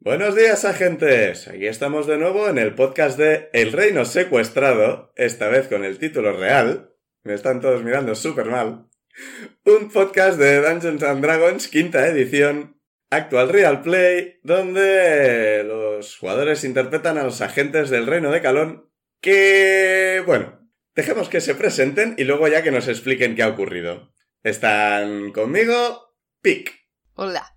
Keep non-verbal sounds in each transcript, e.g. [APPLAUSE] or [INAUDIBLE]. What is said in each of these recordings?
Buenos días, agentes. Aquí estamos de nuevo en el podcast de El Reino Secuestrado, esta vez con el título real. Me están todos mirando súper mal. Un podcast de Dungeons and Dragons, quinta edición, actual Real Play, donde los jugadores interpretan a los agentes del Reino de Calón que... bueno, dejemos que se presenten y luego ya que nos expliquen qué ha ocurrido. Están conmigo, Pic. Hola.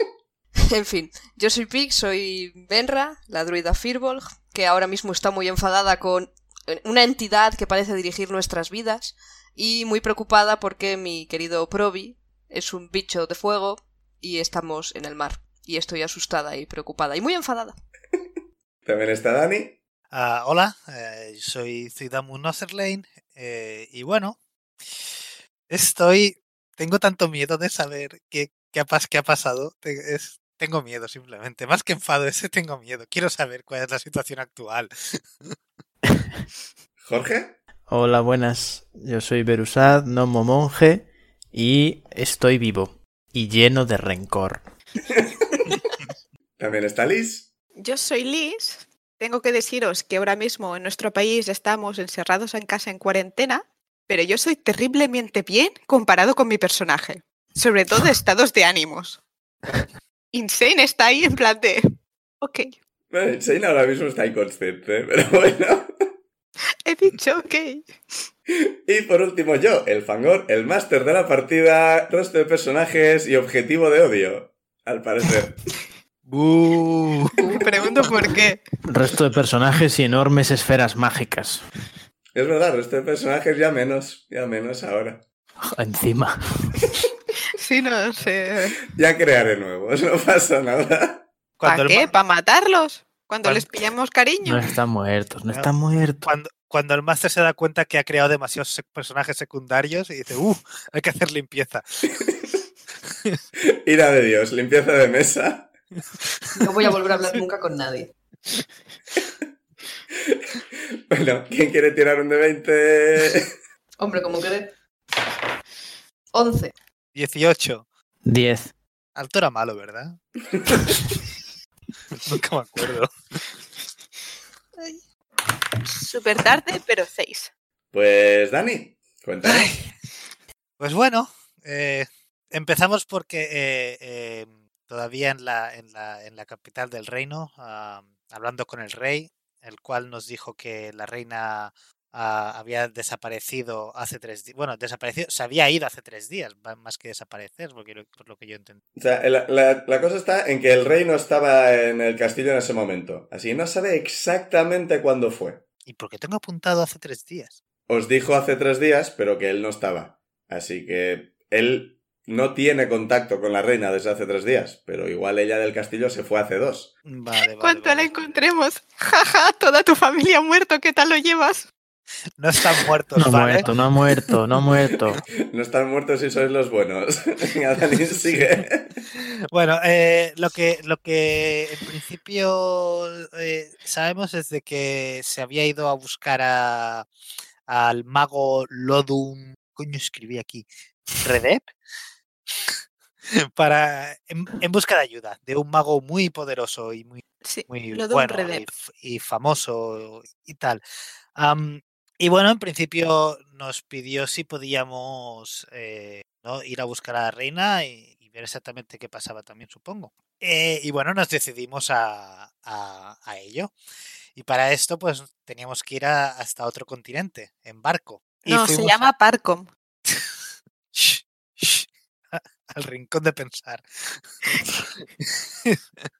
[LAUGHS] en fin, yo soy Pig, soy Benra, la druida Firbolg, que ahora mismo está muy enfadada con una entidad que parece dirigir nuestras vidas y muy preocupada porque mi querido Probi es un bicho de fuego y estamos en el mar. Y estoy asustada y preocupada y muy enfadada. También está Dani. Ah, hola, eh, soy Cidamu Notherlane eh, y bueno, estoy... Tengo tanto miedo de saber qué, qué, ha, qué ha pasado. Te, es, tengo miedo simplemente. Más que enfado ese, tengo miedo. Quiero saber cuál es la situación actual. Jorge. Hola, buenas. Yo soy Berusad, nomo monje, y estoy vivo y lleno de rencor. También está Liz. Yo soy Liz. Tengo que deciros que ahora mismo en nuestro país estamos encerrados en casa en cuarentena, pero yo soy terriblemente bien comparado con mi personaje, sobre [LAUGHS] todo estados de ánimos. Insane está ahí en plan de... Ok. Bueno, Insane ahora mismo está inconsciente, [LAUGHS] pero bueno. He dicho [LAUGHS] ok. Y por último yo, el Fangor, el máster de la partida, resto de personajes y objetivo de odio, al parecer. Buh. Pregunto por qué. Resto de personajes y enormes esferas mágicas. Es verdad, resto de personajes ya menos, ya menos ahora. Encima. Sí, no sé. Ya crearé nuevos, [LAUGHS] no pasa nada. ¿Para qué? ¿Para matarlos? Cuando les pillamos cariño. No están muertos, no están muertos. Cuando, cuando el máster se da cuenta que ha creado demasiados sec- personajes secundarios y dice, uh, hay que hacer limpieza. Ira de Dios, limpieza de mesa. [LAUGHS] No voy a volver a hablar nunca con nadie. bueno, ¿quién quiere tirar un de 20? Hombre, como querés. 11. 18. 10. Alto era malo, ¿verdad? [LAUGHS] Nunca me acuerdo. Súper tarde, pero seis. Pues Dani, cuéntame. Pues bueno, eh, empezamos porque eh, eh, todavía en la, en, la, en la capital del reino, ah, hablando con el rey, el cual nos dijo que la reina ah, había desaparecido hace tres días. Bueno, desaparecido, se había ido hace tres días, más que desaparecer, porque lo- por lo que yo entendí. O sea, la, la- la cosa está en que el rey no estaba en el castillo en ese momento, así que no sabe exactamente cuándo fue. ¿Y por qué tengo apuntado hace tres días? Os dijo hace tres días, pero que él no estaba. Así que él no tiene contacto con la reina desde hace tres días, pero igual ella del castillo se fue hace dos. Vale, vale, Cuando la vale. encontremos, [LAUGHS] jaja, toda tu familia ha muerto, ¿qué tal lo llevas? No están muertos, No ha ¿vale? muerto, no ha muerto, no ha muerto. No están muertos si sois los buenos. [LAUGHS] Venga, Dani, sigue. [LAUGHS] Bueno, eh, lo que lo que en principio eh, sabemos es de que se había ido a buscar a, al mago Lodum, coño escribí aquí, Redep, [LAUGHS] para en, en busca de ayuda de un mago muy poderoso y muy Sí, muy Lodum bueno y, Redep. f- y famoso y tal. Am, y bueno, en principio nos pidió si podíamos eh, ¿no? ir a buscar a la reina y, y ver exactamente qué pasaba también, supongo. Eh, y bueno, nos decidimos a, a- a ello. Y para esto, pues teníamos que ir a- hasta otro continente, en barco. Y No, se fuimos llama Parcom. Shh, shh, a- al rincón de pensar. [LAUGHS]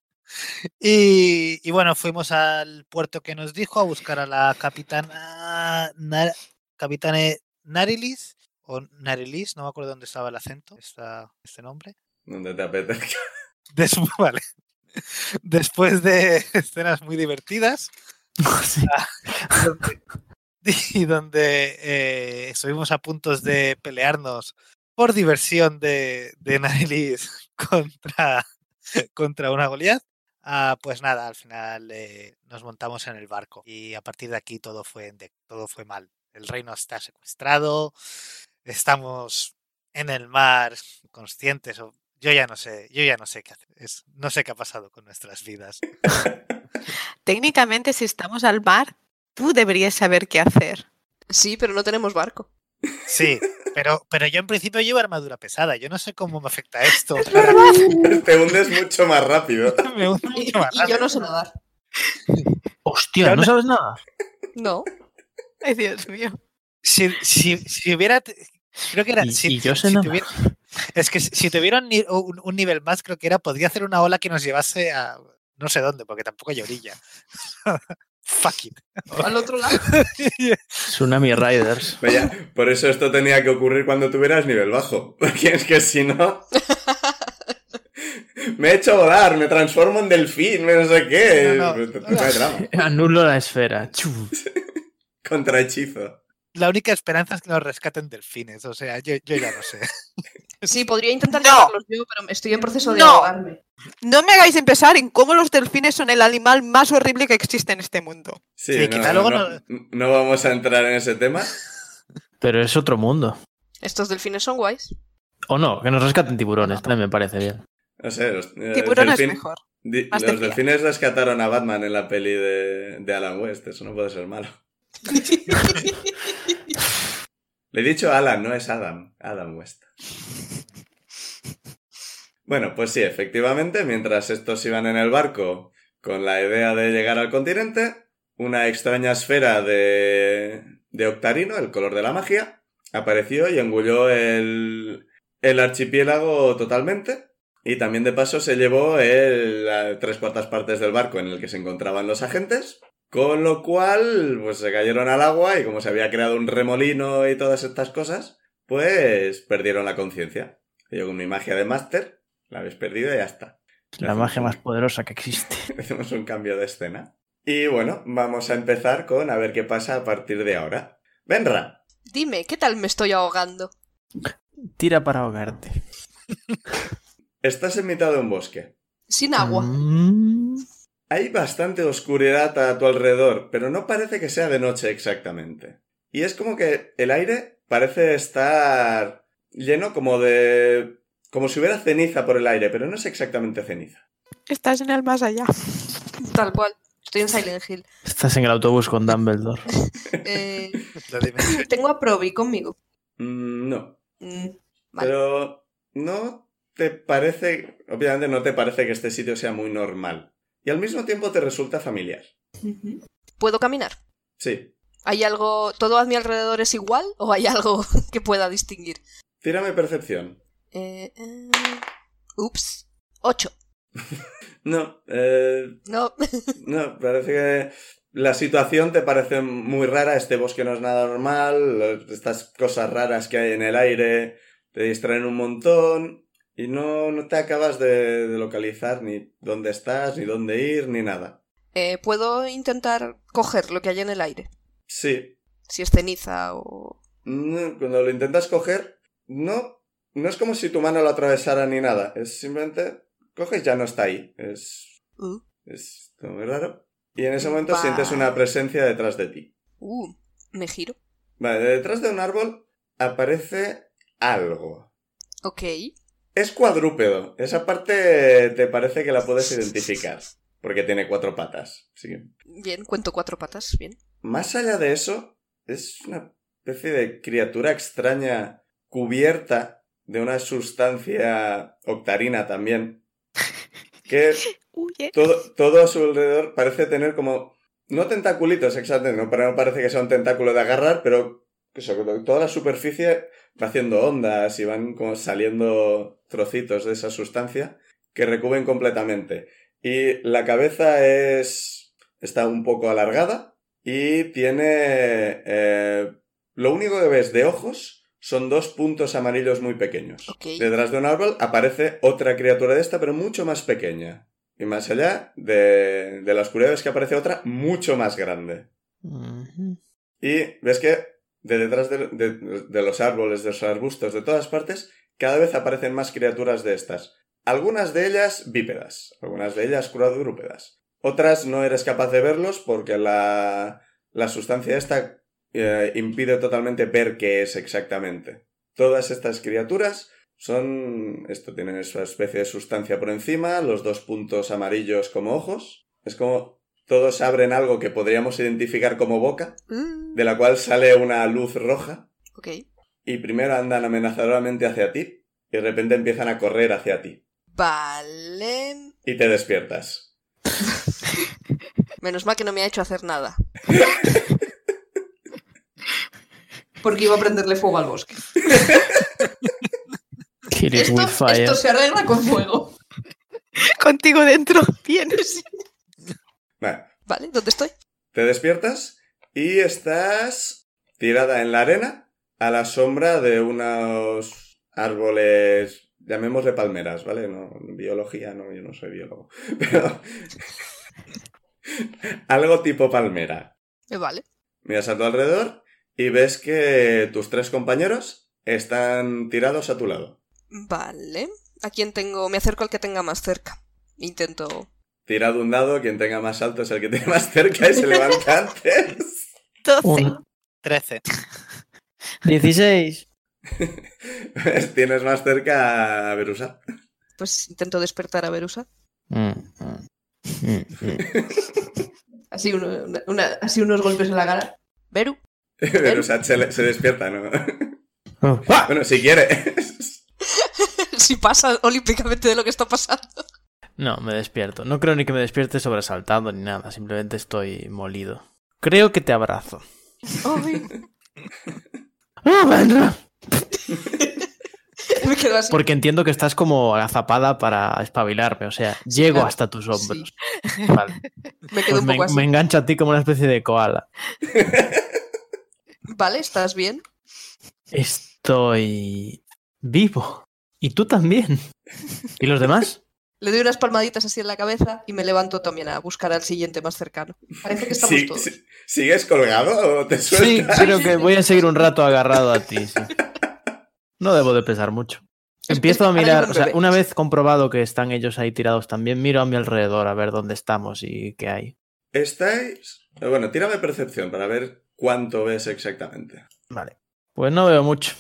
y, y bueno, fuimos al puerto que nos dijo a buscar a la capitana Nar- capitane Narilis o Narilis, no me acuerdo dónde estaba el acento, está este nombre. Donde te apetezca. Después, [LAUGHS] vale. Después de escenas muy divertidas ah, Sí. y donde eh, estuvimos a puntos de pelearnos por diversión de, de Narilis [LAUGHS] contra, contra una Goliath, ah, pues nada, al final eh, nos montamos en el barco y a partir de aquí todo fue, en de- todo fue mal. El reino está secuestrado, estamos en el mar, conscientes o- Yo ya no sé, yo ya no sé qué hacer. Es- no sé qué ha pasado con nuestras vidas. Técnicamente, si estamos al mar, tú deberías saber qué hacer. Sí, pero no tenemos barco. Sí, pero, pero yo en principio llevo armadura pesada. Yo no sé cómo me afecta esto. Te hundes mucho más rápido. [LAUGHS] me hunde Y, mucho más y yo rápido. no sé nadar. Hostia, ¿no sabes nada? No. [LAUGHS] Ay, Dios mío. si, si- si hubiera. te- Creo que era. Y- si- y yo sé si nadar. tuviera- es que si- si tuviera un, ni- un- un nivel más, creo que era. Podría hacer una ola que nos llevase a. No sé dónde, porque tampoco hay orilla. [LAUGHS] Fuck it. Al otro lado. Tsunami Riders. Vaya, por eso esto tenía que ocurrir cuando tuvieras nivel bajo. [LAUGHS] Porque es que si no. Me he hecho volar, me transformo en delfín, me no sé qué. No, no, no. No hay drama. Anulo la esfera. Chu. Contrahechizo. La única esperanza es que nos rescaten delfines. O sea, yo, yo ya no sé. [LAUGHS] Sí, podría intentar No. llevarlos yo, pero estoy en proceso de No. ahogarme. No me hagáis empezar en cómo los delfines son el animal más horrible que existe en este mundo. Sí, Sí, no, quizá luego no- no vamos a entrar en ese tema. Pero es otro mundo. Estos delfines son guays. O no, que nos rescaten tiburones, también me parece bien. No sé, los, eh, Tiburón es delfín- mejor. [LAUGHS] di- más los delfín. delfines rescataron a Batman en la peli de, de Alan West, eso no puede ser malo. Le he dicho Alan, no es Adam, Adam West. Bueno, pues sí, efectivamente, mientras estos iban en el barco con la idea de llegar al continente, una extraña esfera de, de octarino, el color de la magia, apareció y engulló el, el archipiélago totalmente. Y también de paso se llevó el, la- tres cuartas partes del barco en el que se encontraban los agentes. Con lo cual, pues se cayeron al agua y como se había creado un remolino y todas estas cosas, pues perdieron la conciencia. Yo con mi magia de máster, la habéis perdido y ya está. [LAUGHS] La magia más poderosa que existe. Hacemos un cambio de escena. Y bueno, vamos a empezar con a ver qué pasa a partir de ahora. Benra, Dime, ¿qué tal me estoy ahogando? Tira para ahogarte. estás en mitad de un bosque. Sin agua. Mm, Hay bastante oscuridad a tu alrededor, pero no parece que sea de noche exactamente. Y es como que el aire parece estar lleno como de... como si hubiera ceniza por el aire, pero no es exactamente ceniza. Estás en el más allá. Tal cual. Estoy en Silent Hill. estás en el autobús con Dumbledore. Eh, La dimensión. [LAUGHS] tengo a Proby conmigo. Mm, no. Mm, Vale. Pero no te parece... obviamente no te parece que este sitio sea muy normal. Y al mismo tiempo te resulta familiar. ¿Puedo caminar? Sí. ¿Hay algo... ¿Todo a mi alrededor es igual o hay algo [LAUGHS] que pueda distinguir? Tírame percepción. Eh, eh, Ups. Ocho. No, eh, No, [LAUGHS] No, parece que la situación te parece muy rara. Este bosque no es nada normal. Estas cosas raras que hay en el aire te distraen un montón. Y no, no te acabas de, de localizar ni dónde estás, ni dónde ir, ni nada. Eh, puedo intentar coger lo que hay en el aire. Sí. Si es ceniza o. No, Cuando lo intentas coger, no, no es como si tu mano lo atravesara ni nada. Es simplemente coges y ya no está ahí. Es, Uh, es como muy raro. Y en ese momento Vale. sientes una presencia detrás de ti. uh, me giro. Vale, de detrás de un árbol aparece algo. Ok. Es cuadrúpedo. Esa parte te parece que la puedes identificar. Porque tiene cuatro patas. Sí. Bien, cuento cuatro patas. Bien. Más allá de eso, es una especie de criatura extraña cubierta de una sustancia octarina también. Que Huye. todo, todo a su alrededor parece tener como. No tentaculitos, exactamente, no, pero no parece que sea un tentáculo de agarrar, pero eso, que toda la superficie va haciendo ondas y van como saliendo trocitos de esa sustancia que recubren completamente. Y la cabeza es. está un poco alargada y tiene. eh, lo único que ves de ojos son dos puntos amarillos muy pequeños. Ok. Detrás de un árbol aparece otra criatura de esta, pero mucho más pequeña. Y más allá de, de la oscuridad ves que aparece otra mucho más grande. Ujú. Y ves que de detrás de, de- de los árboles, de los arbustos, de todas partes, cada vez aparecen más criaturas de estas. Algunas de ellas bípedas, algunas de ellas cuadrúpedas. Otras no eres capaz de verlos porque la, la sustancia esta eh, impide totalmente ver qué es exactamente. Todas estas criaturas Son. Esto tiene esa especie de sustancia por encima, los dos puntos amarillos como ojos. Es como todos abren algo que podríamos identificar como boca, Mm, de la cual sale una luz roja. ok. Y primero andan amenazadoramente hacia ti, y de repente empiezan a correr hacia ti. Vale. Y te despiertas. Menos mal que no me ha hecho hacer nada. [LAUGHS] Porque iba a prenderle fuego al bosque. Kill it Esto, with fire. esto se arregla [LAUGHS] con fuego. Contigo dentro tienes. Vale. Vale, ¿dónde estoy? Te despiertas y estás tirada en la arena a la sombra de unos árboles, llamémosle palmeras, ¿vale? No, biología, no, yo no soy biólogo. [LAUGHS] Pero algo tipo palmera. Eh, Vale. Miras a tu alrededor y ves que tus tres compañeros están tirados a tu lado. Vale. ¿A quién tengo? Me acerco al que tenga más cerca. Intento. Tirado un dado, quien tenga más alto es el que tiene más cerca y se levanta [LAUGHS] antes. 12. Un 13. 16. Pues Tienes más cerca a Verusa. Pues intento despertar a Verusa. Mm, mm, mm, mm. Así, uno- una- una- así unos golpes en la cara. Veru. Pero o sea, se, le- se despierta, ¿no? Ah. Oh. Bueno, si quiere. [LAUGHS] si pasa olímpicamente de lo que está pasando. [LAUGHS] No, me despierto. No creo ni que me despierte sobresaltado ni nada. Simplemente estoy molido. Creo que te abrazo. ¡Ah, Benra! me quedo así. Porque entiendo que estás como agazapada para espabilarme. O sea, llego claro. hasta [LAUGHS] tus hombros. Vale. Me quedo Pues un me, poco así. me engancho a ti como una especie de koala. Vale, ¿estás bien? Estoy vivo. Y tú también. ¿Y los demás? Le doy unas palmaditas así en la cabeza y me levanto también a buscar al siguiente más cercano. Parece que estamos si- todos. si- ¿Sigues colgado o te Sí, sueltas? creo que voy a seguir un rato agarrado a ti. sí. No debo de pesar mucho. Empiezo a ahora mirar, llevo o un sea, bebé. una vez comprobado que están ellos ahí tirados también, miro a mi alrededor a ver dónde estamos y qué hay. Estáis. eh, Bueno, tírame percepción para ver cuánto ves exactamente. Vale. Pues no veo mucho.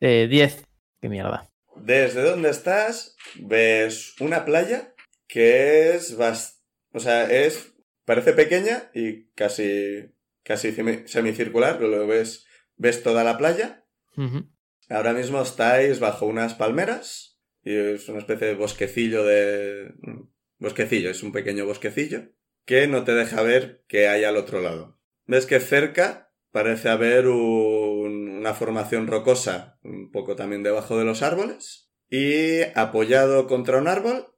Eh, 10. Qué mierda. Desde donde estás, ves una playa que es. bas- O sea, es. Parece pequeña y casi. casi semi- semicircular, pero lo ves. Ves toda la playa. Ujú. Ahora mismo estáis bajo unas palmeras y es una especie de bosquecillo de... Bosquecillo, es un pequeño bosquecillo que no te deja ver qué hay al otro lado. Ves que cerca parece haber un- una formación rocosa, un poco también debajo de los árboles, y apoyado contra un árbol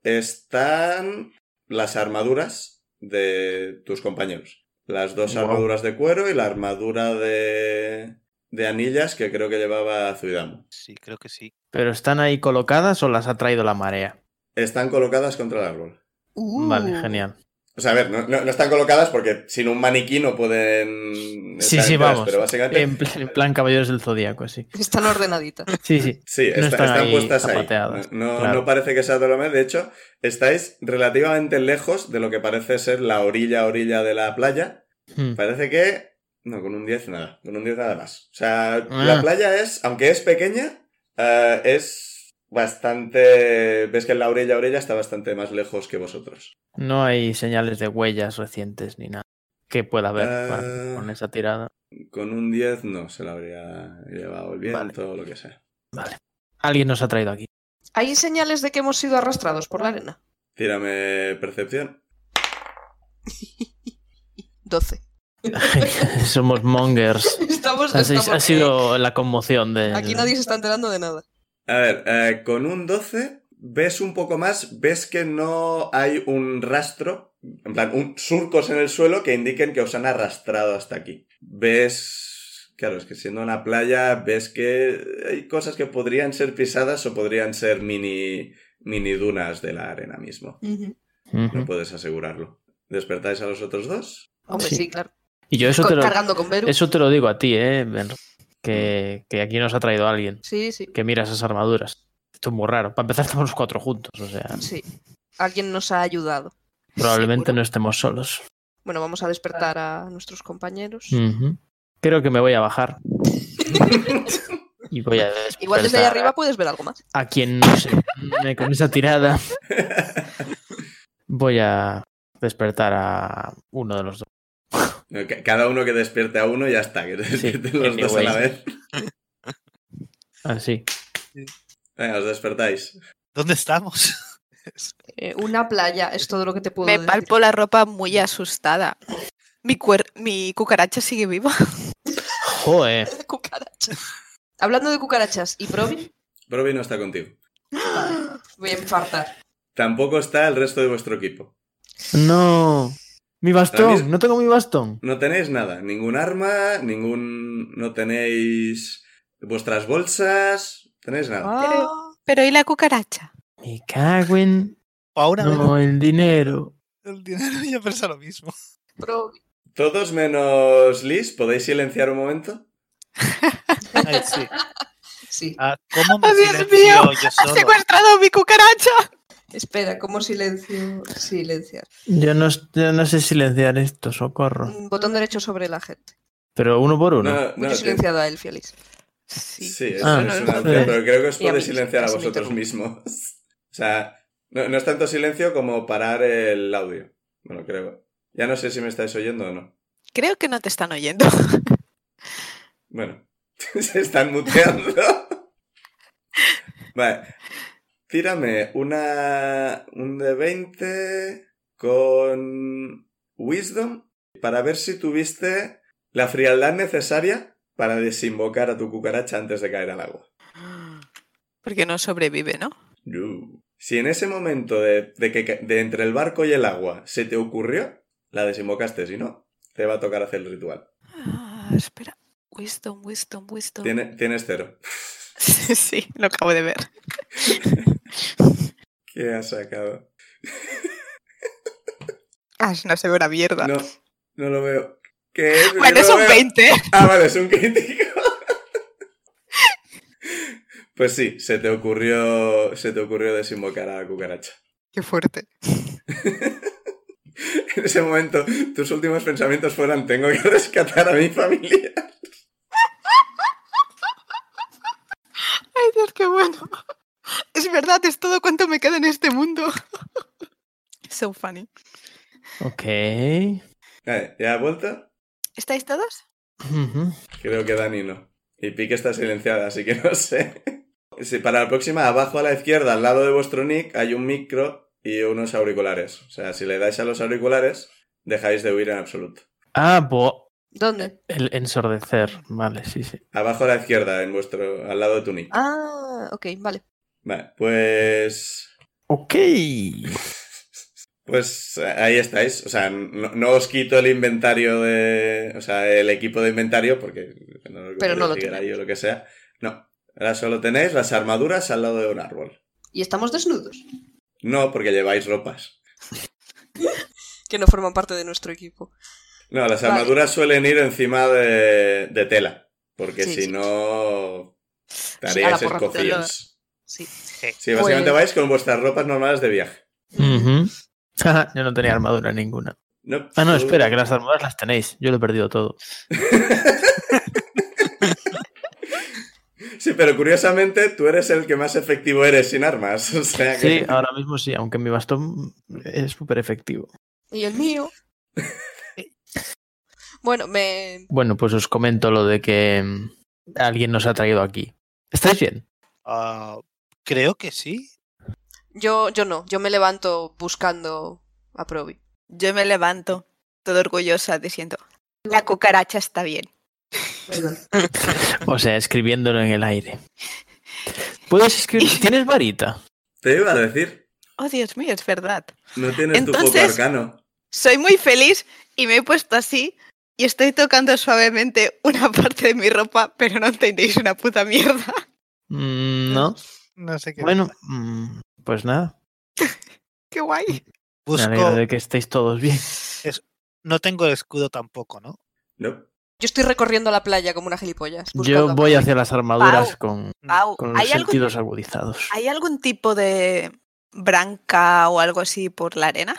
están las armaduras de tus compañeros. Las dos Guau. armaduras de cuero y la armadura de, de anillas que creo que llevaba Zuidamo. Sí, creo que sí. ¿Pero están ahí colocadas o las ha traído la marea? Están colocadas contra el árbol. Uh. Vale, genial. O sea, a ver, no, no- no están colocadas porque sin un maniquí no pueden. Sí, estar sí, enteras, vamos. Pero básicamente. En, pl- en plan Caballeros del Zodíaco, sí. Están ordenaditas. Sí, sí. Sí, está- no están están, ahí puestas ahí. zapateadas, No, claro. no parece que sea Ptolomeo. De hecho, estáis relativamente lejos de lo que parece ser la orilla orilla de la playa. Mm. Parece que. No, con un 10 nada. Con un 10 nada más. O sea, Ah. la playa es, aunque es pequeña, eh, es bastante. Ves que la orilla orilla está bastante más lejos que vosotros. No hay señales de huellas recientes ni nada que pueda haber para- Ah. con esa tirada. Con un 10 no se la habría llevado el viento o lo que sea. Alguien nos ha traído aquí. ¿Hay señales de que hemos sido arrastrados por la arena? Tírame percepción. 12. [LAUGHS] Somos mongers. [LAUGHS] Estamos, [LAUGHS] Ha, estamos- ha sido la conmoción de... Aquí nadie se está enterando de nada. A ver, eh, con un 12 ves un poco más, ves que no hay un rastro, en plan, un surcos en el suelo que indiquen que os han arrastrado hasta aquí. Ves, claro, es que siendo una playa, ves que hay cosas que podrían ser pisadas o podrían ser mini, mini dunas de la arena mismo. No Ujú. puedes asegurarlo. ¿Despertáis a los otros dos? [LAUGHS] Hombre, Sí. sí, claro. Y yo eso Co- te, lo, Cargando con Veru. eso te lo digo a ti, ¿eh? Benro, Que, que aquí nos ha traído alguien. Sí, sí. Que mira esas armaduras. Esto es muy raro. Para empezar estamos los cuatro juntos. O sea, Sí. Alguien nos ha ayudado. probablemente Seguro. no estemos solos. Bueno, vamos a Mm. despertar a nuestros compañeros. Ujú. Creo que me voy a bajar. Y voy a despertar [LAUGHS] Igual desde ahí arriba puedes ver algo más. a quien no se me con esa tirada. Voy a despertar a uno de los dos. No, ca- Cada uno que despierte a uno, ya está. Que despierten los dos a anyway. la vez. Así. Venga, os despertáis. ¿Dónde estamos? [LAUGHS] Eh, una playa es todo lo que te puedo Me decir. palpo la ropa muy asustada. Mi, cuer- mi cucaracha sigue viva. [LAUGHS] Joder. Cucarachas. Hablando de cucarachas y Provi, Broby no está contigo. voy a infartar. Tampoco está el resto de vuestro equipo. No. Mi También- bastón. No tengo mi bastón. No tenéis nada. Ningún arma, ningún... No tenéis vuestras bolsas. Tenéis Ah. nada. Pero- Pero ¿y la cucaracha? Me cago en... O ahora No, el dinero. el dinero ya piensa lo mismo. Provi. Todos menos Liz, ¿podéis silenciar un momento? Ay, sí. Sí. Ah, ¿Cómo me ¡Oh, Dios silencio mío! yo ¡Ha solo? secuestrado a mi cucaracha! Espera, ¿cómo silencio? Silenciar. Yo no, yo no sé silenciar esto, socorro. Mm, Botón derecho sobre la gente. Pero uno por uno. No, Yo no, he tiene- silenciado a él, Félix. Sí, Sí, es, es Ah, no, una no, opción, no. pero creo que os Y a mí, podéis silenciar a casi me vosotros interrumpe. mismos. O sea, no, no es tanto silencio como parar el audio. Bueno, creo. Ya no sé si me estáis oyendo o no. Creo que no te están oyendo. Bueno, [LAUGHS] se están muteando. Vale. Tírame una. un de 20 con. Wisdom para ver si tuviste la frialdad necesaria para desinvocar a tu cucaracha antes de caer al agua. Porque no sobrevive, ¿no? No. Si en ese momento de, de que, ca- de entre el barco y el agua se te ocurrió, la desinvocaste, si no, te va a tocar hacer el ritual. Ah, espera. Wisdom, wisdom, wisdom. Tiene- tienes cero. [LAUGHS] [LAUGHS] Sí, sí, lo acabo de ver. ¿Qué has sacado? Ah, no se ve una mierda. No, no lo veo. ¿Qué es? Que bueno, no es lo un veo. 20. Ah, vale, es un crítico. Pues sí, se te ocurrió, se te ocurrió desinvocar a la cucaracha. Qué fuerte. En ese momento, tus últimos pensamientos fueran: tengo que rescatar a mi familia. Ay, Dios, qué bueno. [LAUGHS] Es verdad, es todo cuanto me queda en este mundo. [LAUGHS] So funny. Ok. Vale, ¿ya ha vuelto? ¿Estáis todos? Ujú. Creo que Dani no. Y Pique está silenciada, así que no sé. Si para la próxima, abajo a la izquierda, al lado de vuestro nick, hay un micro y unos auriculares. O sea, si le dais a los auriculares, dejáis de huir en absoluto. Ah, bo... ¿Dónde? El ensordecer. Vale, sí, sí. Abajo a la izquierda, en vuestro, al lado de tu nick. Ah, ok, vale. Vale, pues... Ok. Pues eh, ahí estáis. O sea, no, no os quito el inventario de... O sea, el equipo de inventario, porque... No Pero no lo conseguirá tenéis. yo, lo que sea. No. Ahora solo tenéis las armaduras al lado de un árbol. Y estamos desnudos, No, porque lleváis ropas. que no forman parte de nuestro equipo. No, las Vale. armaduras suelen ir encima de, de tela, porque Sí, si sí. no a la estaríais porra, escocidos. Sí. Sí, básicamente Pues- vais con vuestras ropas normales de viaje. Ujú. [LAUGHS] Ajá, Yo no tenía armadura ninguna. No, Ah, no, tú- espera, que las armaduras las tenéis. Yo lo he perdido todo. Sí, pero curiosamente tú eres el que más efectivo eres sin armas. [LAUGHS] O sea Ah, que... Sí, ahora mismo sí, aunque mi bastón es súper efectivo. Y el mío. bueno, me. Bueno, pues os comento lo de que mm, alguien nos ha traído aquí. ¿Estáis bien? Ah, creo que sí. Yo, yo no, yo me levanto buscando a Provi. Yo me levanto, todo orgullosa, diciendo, la cucaracha está bien. O sea, escribiéndolo en el aire. ¿Puedes escribir? [LAUGHS] ¿Tienes varita? Te iba a decir, Oh, Dios mío, es verdad. no tienes tu foco Entonces- arcano. Soy muy feliz y me he puesto así y estoy tocando suavemente una [LAUGHS] parte de mi ropa, pero no entendéis una puta mierda. [LAUGHS] Mm, No. No sé qué. Bueno, mm, pues nada. Qué guay. Me busco. alegro de que estéis todos bien. No tengo el escudo tampoco, ¿no? No. Yo estoy recorriendo la playa como una gilipollas. buscando Yo a voy Provi. hacia las armaduras con, Au, con los ¿hay, algún, sentidos agudizados. ¿Hay algún tipo de branca o algo así por la arena?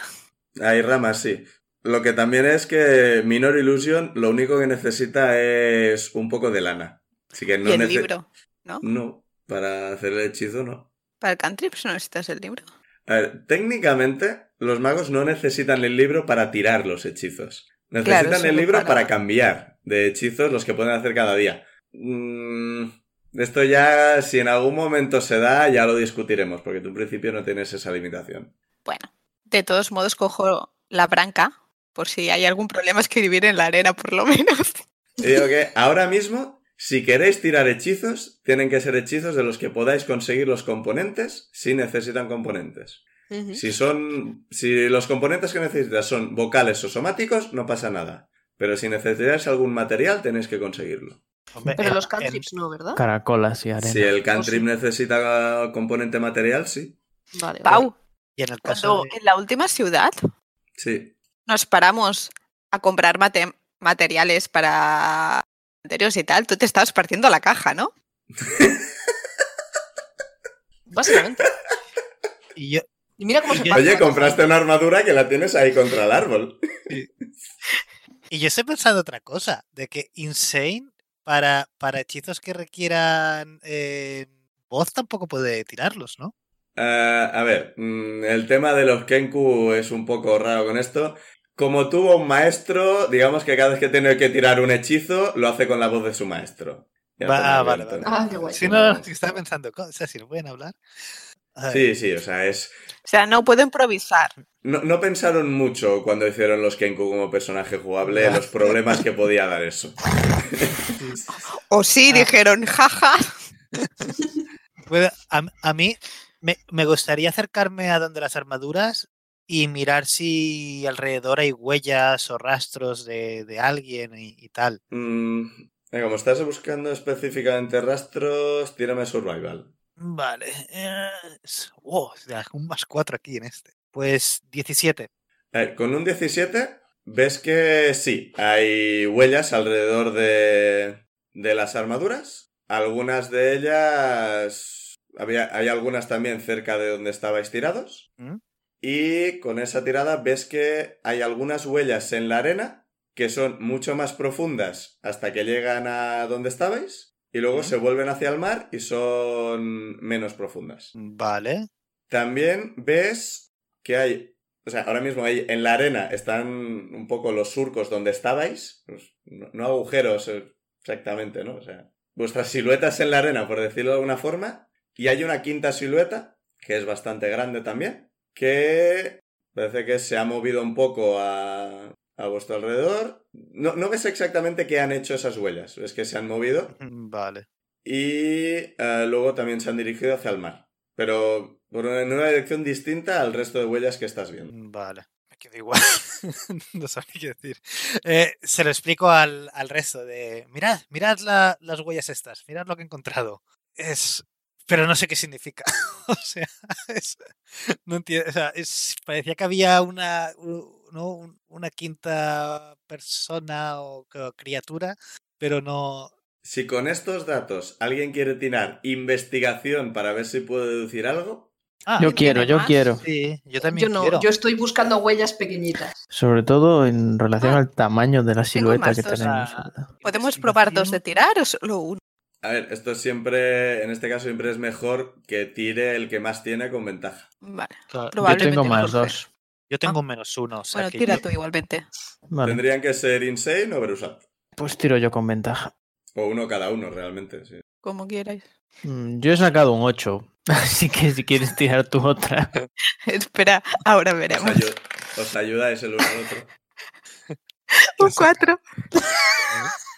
Hay ramas, sí. Lo que también es que Minor Illusion lo único que necesita es un poco de lana. Así que no y el nece- libro. ¿no? No, para hacer el hechizo no. Para el country pues no necesitas el libro. A ver, técnicamente los magos no necesitan el libro para tirar los hechizos. Necesitan Claro, el solo libro para... para- cambiar de hechizos los que pueden hacer cada día. Mm, esto ya, si en algún momento se da, ya lo discutiremos, porque tú en principio no tienes esa limitación. Bueno, de todos modos cojo la branca, por si hay algún problema escribir en la arena por lo menos. Y digo que ahora mismo, si queréis tirar hechizos, tienen que ser hechizos de los que podáis conseguir los componentes si necesitan componentes. Ujú. ¿Mm? Si son. Si los componentes que necesitas son vocales o somáticos, no pasa nada. Pero si necesitáis algún material, tenéis que conseguirlo. Hombre, Pero en- los Eh, en- pues, cantrips no, ¿verdad? Caracolas y arena. Si el cantrip O Pues sí. necesita componente material, sí. Vale. vale. Pau, y en el caso cuando de- en la última ciudad Sí. nos paramos a comprar mate- materiales para anteriores y tal, tú te estabas partiendo la caja, ¿no? Básicamente. y yo- Y mira cómo se Oye, parte Oye, la caja. compraste una armadura que la tienes ahí contra el árbol. Y yo estoy pensando otra cosa, de que Insane para, para hechizos que requieran eh, voz tampoco puede tirarlos, ¿no? Ah, a ver, mm, el tema de los Kenku es un poco raro con esto. Como tuvo un maestro, digamos que cada vez que tiene que tirar un hechizo, lo hace con la voz de su maestro. Ya Va- está, ah, vale, entonces. vale. Ah, qué guay. Pues Si no, no, si estaba pensando cosas, si no pueden hablar. A ver, Sí, sí, o sea, es, O sea, no puedo improvisar. No, no pensaron mucho cuando hicieron los Kenku como personaje jugable los problemas que podía dar eso. O sí, Ah. dijeron, [LAUGHS] jaja. bueno, a, a mí me, me gustaría acercarme a donde las armaduras y mirar si alrededor hay huellas o rastros de, de alguien y, y tal. Mm, eh, como estás buscando específicamente rastros, tírame survival. Vale. eh, es- wow, un más cuatro aquí en este. Pues 17. Eh, con un 17, ves que sí, hay huellas alrededor de, de las armaduras. Algunas de ellas... había- hay algunas también cerca de donde estabais tirados. ¿Mm? Y con esa tirada ves que hay algunas huellas en la arena que son mucho más profundas hasta que llegan a donde estabais. Y luego ¿Mm? se vuelven hacia el mar y son menos profundas. Vale. También ves que hay, o sea, ahora mismo ahí en la arena están un poco los surcos donde estabais, pues, no, no agujeros eh, exactamente, ¿no? O sea, vuestras siluetas en la arena, por decirlo de alguna forma, y hay una quinta silueta, que es bastante grande también, que parece que se ha movido un poco a, a vuestro alrededor. No, no ves exactamente qué han hecho esas huellas, ves que se han movido. Vale. Y eh, luego también se han dirigido hacia el mar. Pero por una- en una dirección distinta al resto de huellas que estás viendo. Vale, me quedo [LAUGHS] igual. no sabía qué decir. Eh, se lo explico al, al resto de, mirad, mirad la- las huellas estas, mirad lo que he encontrado. Es, pero no sé qué significa. [LAUGHS] o sea, es- no entiendo. O sea, es- parecía que había una, u- ¿no? Un- una quinta persona o c- criatura, pero no... Si con estos datos alguien quiere tirar investigación para ver si puede deducir algo, Ah, Yo quiero, yo más? quiero. sí, yo Yo también no, quiero. yo estoy buscando huellas pequeñitas. Sobre todo en relación al tamaño de la silueta Ah. más que dos, tenemos. ah. ¿Podemos probar dos de tirar o solo uno? a ver, esto siempre, en este caso siempre es mejor que tire el que más tiene con ventaja. Vale, Claro, Yo probablemente tengo más mejor. dos. Yo tengo un menos uno. o sea Bueno, que tira yo- tú igualmente. Vale, Tendrían que ser insane o verusat. Pues tiro yo con ventaja. O uno cada uno, realmente. sí. Como [LAUGHS] quieras. Mm, Yo he sacado un 8. [LAUGHS] Así que si quieres tirar tú otra. Espera, ahora Os, veremos. ayu- os ayudáis el uno al otro. Un cuatro. Estáis [LAUGHS]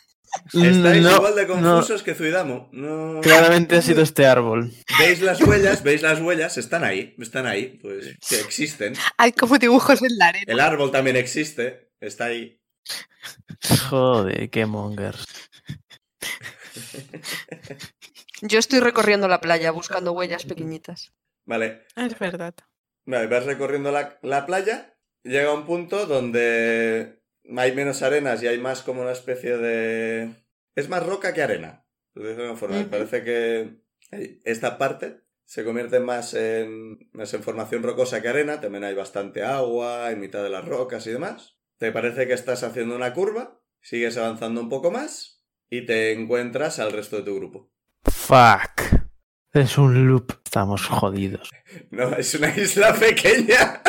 Mm, No, igual de no. confusos que Zuidamo. No... Claramente ha sido este árbol. ¿Veis las huellas? ¿Veis las huellas? Están ahí, están ahí, pues que existen. Hay como dibujos en la arena. El árbol también existe, está ahí. Joder, qué mongers. Yo estoy recorriendo la playa buscando huellas pequeñitas. Vale, Es verdad. vale vas recorriendo la, la playa, llega un punto donde hay menos arenas y hay más como una especie de... Es más roca que arena, por decirlo de alguna forma. Me Ujú. Parece que esta parte se convierte más en, más en formación rocosa que arena, también hay bastante agua en mitad de las rocas y demás. Te parece que estás haciendo una curva, sigues avanzando un poco más y te encuentras al resto de tu grupo. [LAUGHS] Fuck. Es un loop. Estamos jodidos. No, es una isla pequeña.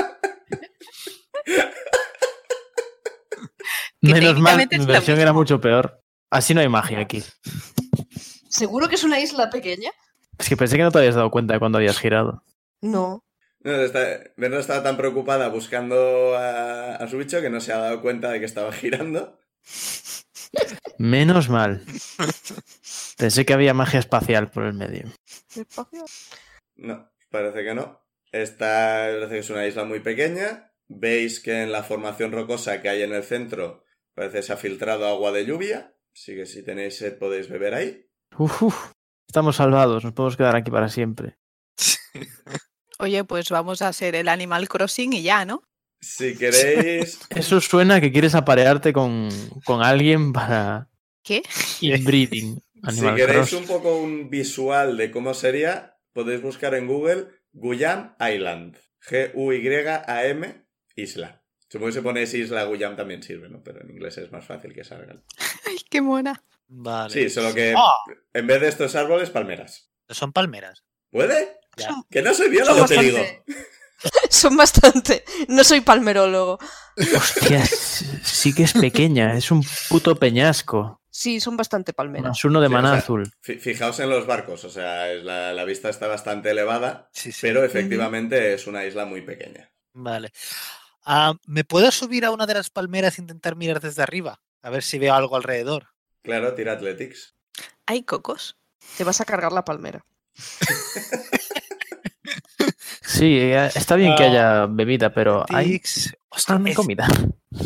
Que Menos mal, técnicamente mi es lo versión era mismo. mucho peor. Así no hay magia aquí. ¿Seguro que es una isla pequeña? Es que pensé que no te habías dado cuenta de cuando habías girado. No. No, está, Berna estaba tan preocupada buscando a, a su bicho que no se ha dado cuenta de que estaba girando. Menos mal. Pensé que había magia espacial por el medio. No, parece que no. Esta parece que es una isla muy pequeña. Veis que en la formación rocosa que hay en el centro parece que se ha filtrado agua de lluvia. Así que si tenéis sed podéis beber ahí. Uf, uf. estamos salvados, nos podemos quedar aquí para siempre. Oye, pues vamos a hacer el Animal Crossing y ya, ¿no? Si queréis... Eso suena que quieres aparearte con, con alguien para ¿Qué? [LAUGHS] inbreeding. Animal si queréis Crossing. un poco un visual de cómo sería, podéis buscar en Google Guyam Island. G-U-Y-A-M, isla. Supongo que si ponéis isla Guyam también sirve, ¿no? Pero en inglés es más fácil que salgan. Ay, qué mona. Vale. Sí, solo que ¡Ah! en vez de estos árboles, palmeras. Son palmeras. ¿Puede? Ya. Que no soy biólogo, te digo. [LAUGHS] Son bastante. No soy palmerólogo. Hostia, s- sí que es pequeña, es un puto peñasco. Sí, son bastante palmeras. Más uno de Sí, maná o sea, azul. Fi- Fijaos en los barcos, o sea, es la, la vista está bastante elevada, Sí, sí. pero efectivamente es una isla muy pequeña. Vale. Ah, ¿Me puedo subir a una de las palmeras e intentar mirar desde arriba? A ver si veo algo alrededor. Claro, tira Athletics. Hay cocos. Te vas a cargar la palmera. Sí, eh, está bien Ah. que haya bebida, pero hay Athletics. Ostras, también es comida.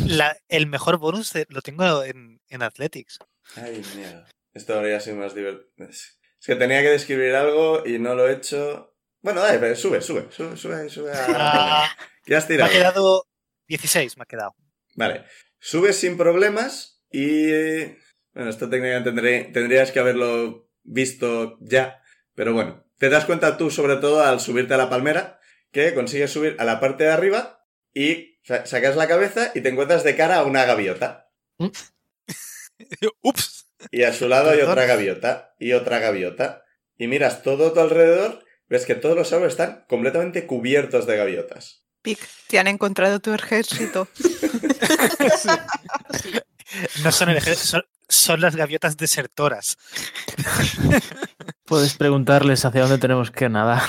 la- el mejor bonus de- lo tengo en, en Athletics. Ay, mierda. Esto habría sido más divertido. Es es que tenía que describir algo y no lo he hecho. Bueno, dale, pero sube, sube, sube, sube, sube. A... Ah, ya has me ha tirado. quedado 16, me ha quedado. Vale. Subes sin problemas y. eh, Bueno, esto técnicamente tendré- tendrías que haberlo visto ya. Pero bueno, te das cuenta tú, sobre todo, al subirte a la palmera, que consigues subir a la parte de arriba y sa- sacas la cabeza y te encuentras de cara a una gaviota. [LAUGHS] Ups. Y a su lado hay Perdón. otra gaviota, y otra gaviota. Y miras todo a tu alrededor, ves que todos los árboles están completamente cubiertos de gaviotas. Pic, te han encontrado tu [LAUGHS] ejército. No son el ejército, son, son las gaviotas [LAUGHS] desertoras. Puedes preguntarles hacia dónde tenemos [LAUGHS] que nadar.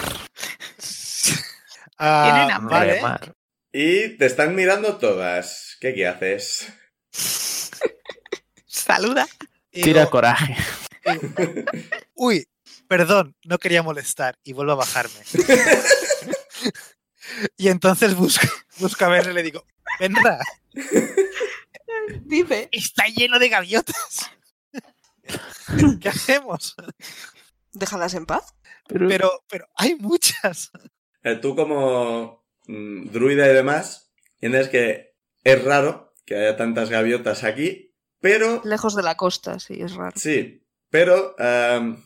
Ah, Tienen hambre. vale. remar. Y te están mirando todas. ¿Qué, qué haces? Saluda. Digo, Tira coraje. [LAUGHS] Uy, perdón, no quería molestar y vuelvo a bajarme. [LAUGHS] y entonces busco, busco a ver y le digo, Venra, Dime. está lleno de gaviotas. [LAUGHS] ¿Qué hacemos? Déjalas en paz. Pero, Pero, pero hay muchas. Eh, tú como mm, druida y demás, entiendes que es raro que haya tantas gaviotas aquí, pero Lejos de la costa, sí, es raro. Sí, pero am,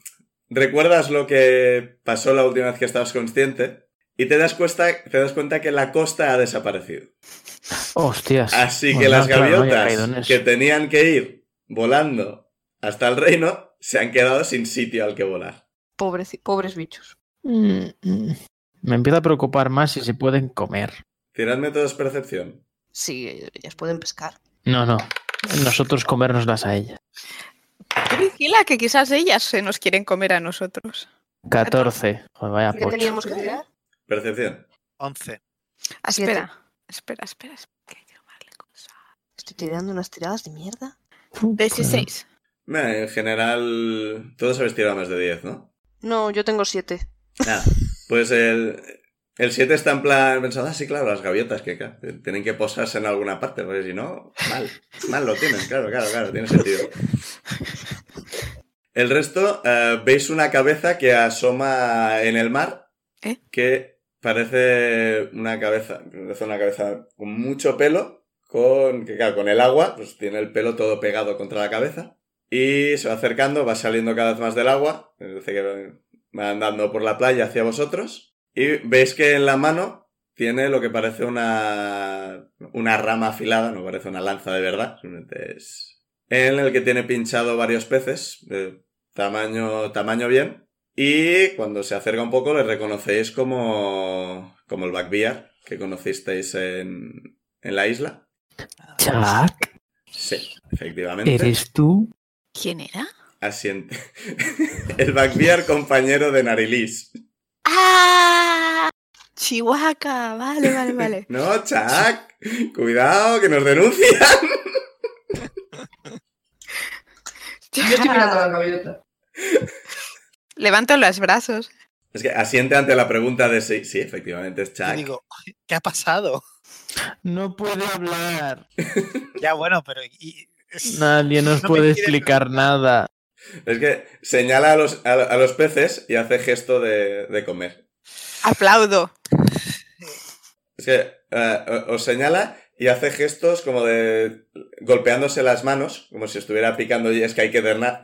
recuerdas lo que pasó la última vez que estabas consciente y te das cuenta, te das cuenta que la costa ha desaparecido. hostias. Así que Bueno, las claro, Pues no había caído en gaviotas eso. que tenían que ir volando hasta el reino se han quedado sin sitio al que volar. Pobreci- pobres bichos. Mm, mm. Me empieza a preocupar más si se pueden comer. Tiradme todos percepción. Sí, ellas pueden pescar. No, no. Nosotros comérnoslas a ellas. Tú vigila que quizás ellas se nos quieren comer a nosotros. 14. Joder, Pues vaya ¿Qué pocho. teníamos que tirar? Percepción. 11. Ah, Siete. Espera, espera, espera. espera, que hay que sumarle cosas. Estoy tirando unas tiradas de mierda. 16. Meh, En general, todos habéis tirado más de 10, ¿no? No, yo tengo siete. Nada. Pues el, el 7 está en plan pensando, ah, sí, claro, las gaviotas que claro, tienen que posarse en alguna parte, porque si no, mal, mal lo tienen, claro, claro, claro, tiene sentido. El resto, eh, veis una cabeza que asoma en el mar, ¿Eh? que parece una cabeza, parece una cabeza con mucho pelo, con, que claro, con el agua, pues tiene el pelo todo pegado contra la cabeza, y se va acercando, va saliendo cada vez más del agua, parece que va andando por la playa hacia vosotros y veis que en la mano tiene lo que parece una, una rama afilada, no parece una lanza de verdad, simplemente es en el que tiene pinchado varios peces, de tamaño, tamaño bien. Y cuando se acerca un poco le reconocéis como, como el Backbear que conocisteis en, en la isla. Chuck, Sí, efectivamente. ¿eres tú? ¿Quién era? Asiente. [LAUGHS] el Backbear compañero de Narilis. ¡Ah! Chihuahua, vale, vale, [LAUGHS] vale. No, Chuck, cuidado que nos denuncian. Yo estoy mirando [LAUGHS] la cabellota. Levanto los brazos. Es que asiente ante la pregunta de si, sí, efectivamente es Y Chuck. digo, ¿qué ha pasado? No puede hablar. Ya, bueno, pero... y- es- Nadie nos No me puede quiere- explicar nada. Es que señala a los, a, a los peces y hace gesto de, de comer. Aplaudo. Es que eh, o- os señala y hace gestos como de golpeándose las manos, como si estuviera picando y Sky Pedernal.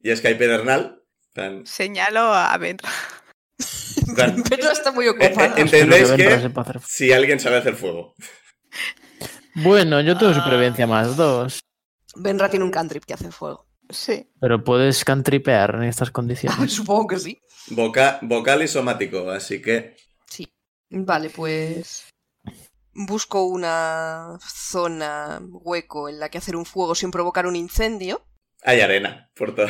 Y Sky Pedernal. Tan- Señalo a Benra. tan- Pero está muy Eh, eh, ocupada. ¿Entendéis Espero que Benra que sepa hacer- si alguien sabe hacer fuego? Bueno, yo tengo supervivencia más dos. Benra tiene un cantrip que hace fuego. Sí. Pero puedes cantripear en estas [LAUGHS] condiciones. Supongo que sí. Voca- vocal y somático, así que Sí. Vale, pues. Busco una zona, hueco, en la que hacer un fuego sin provocar un incendio. hay arena por todo.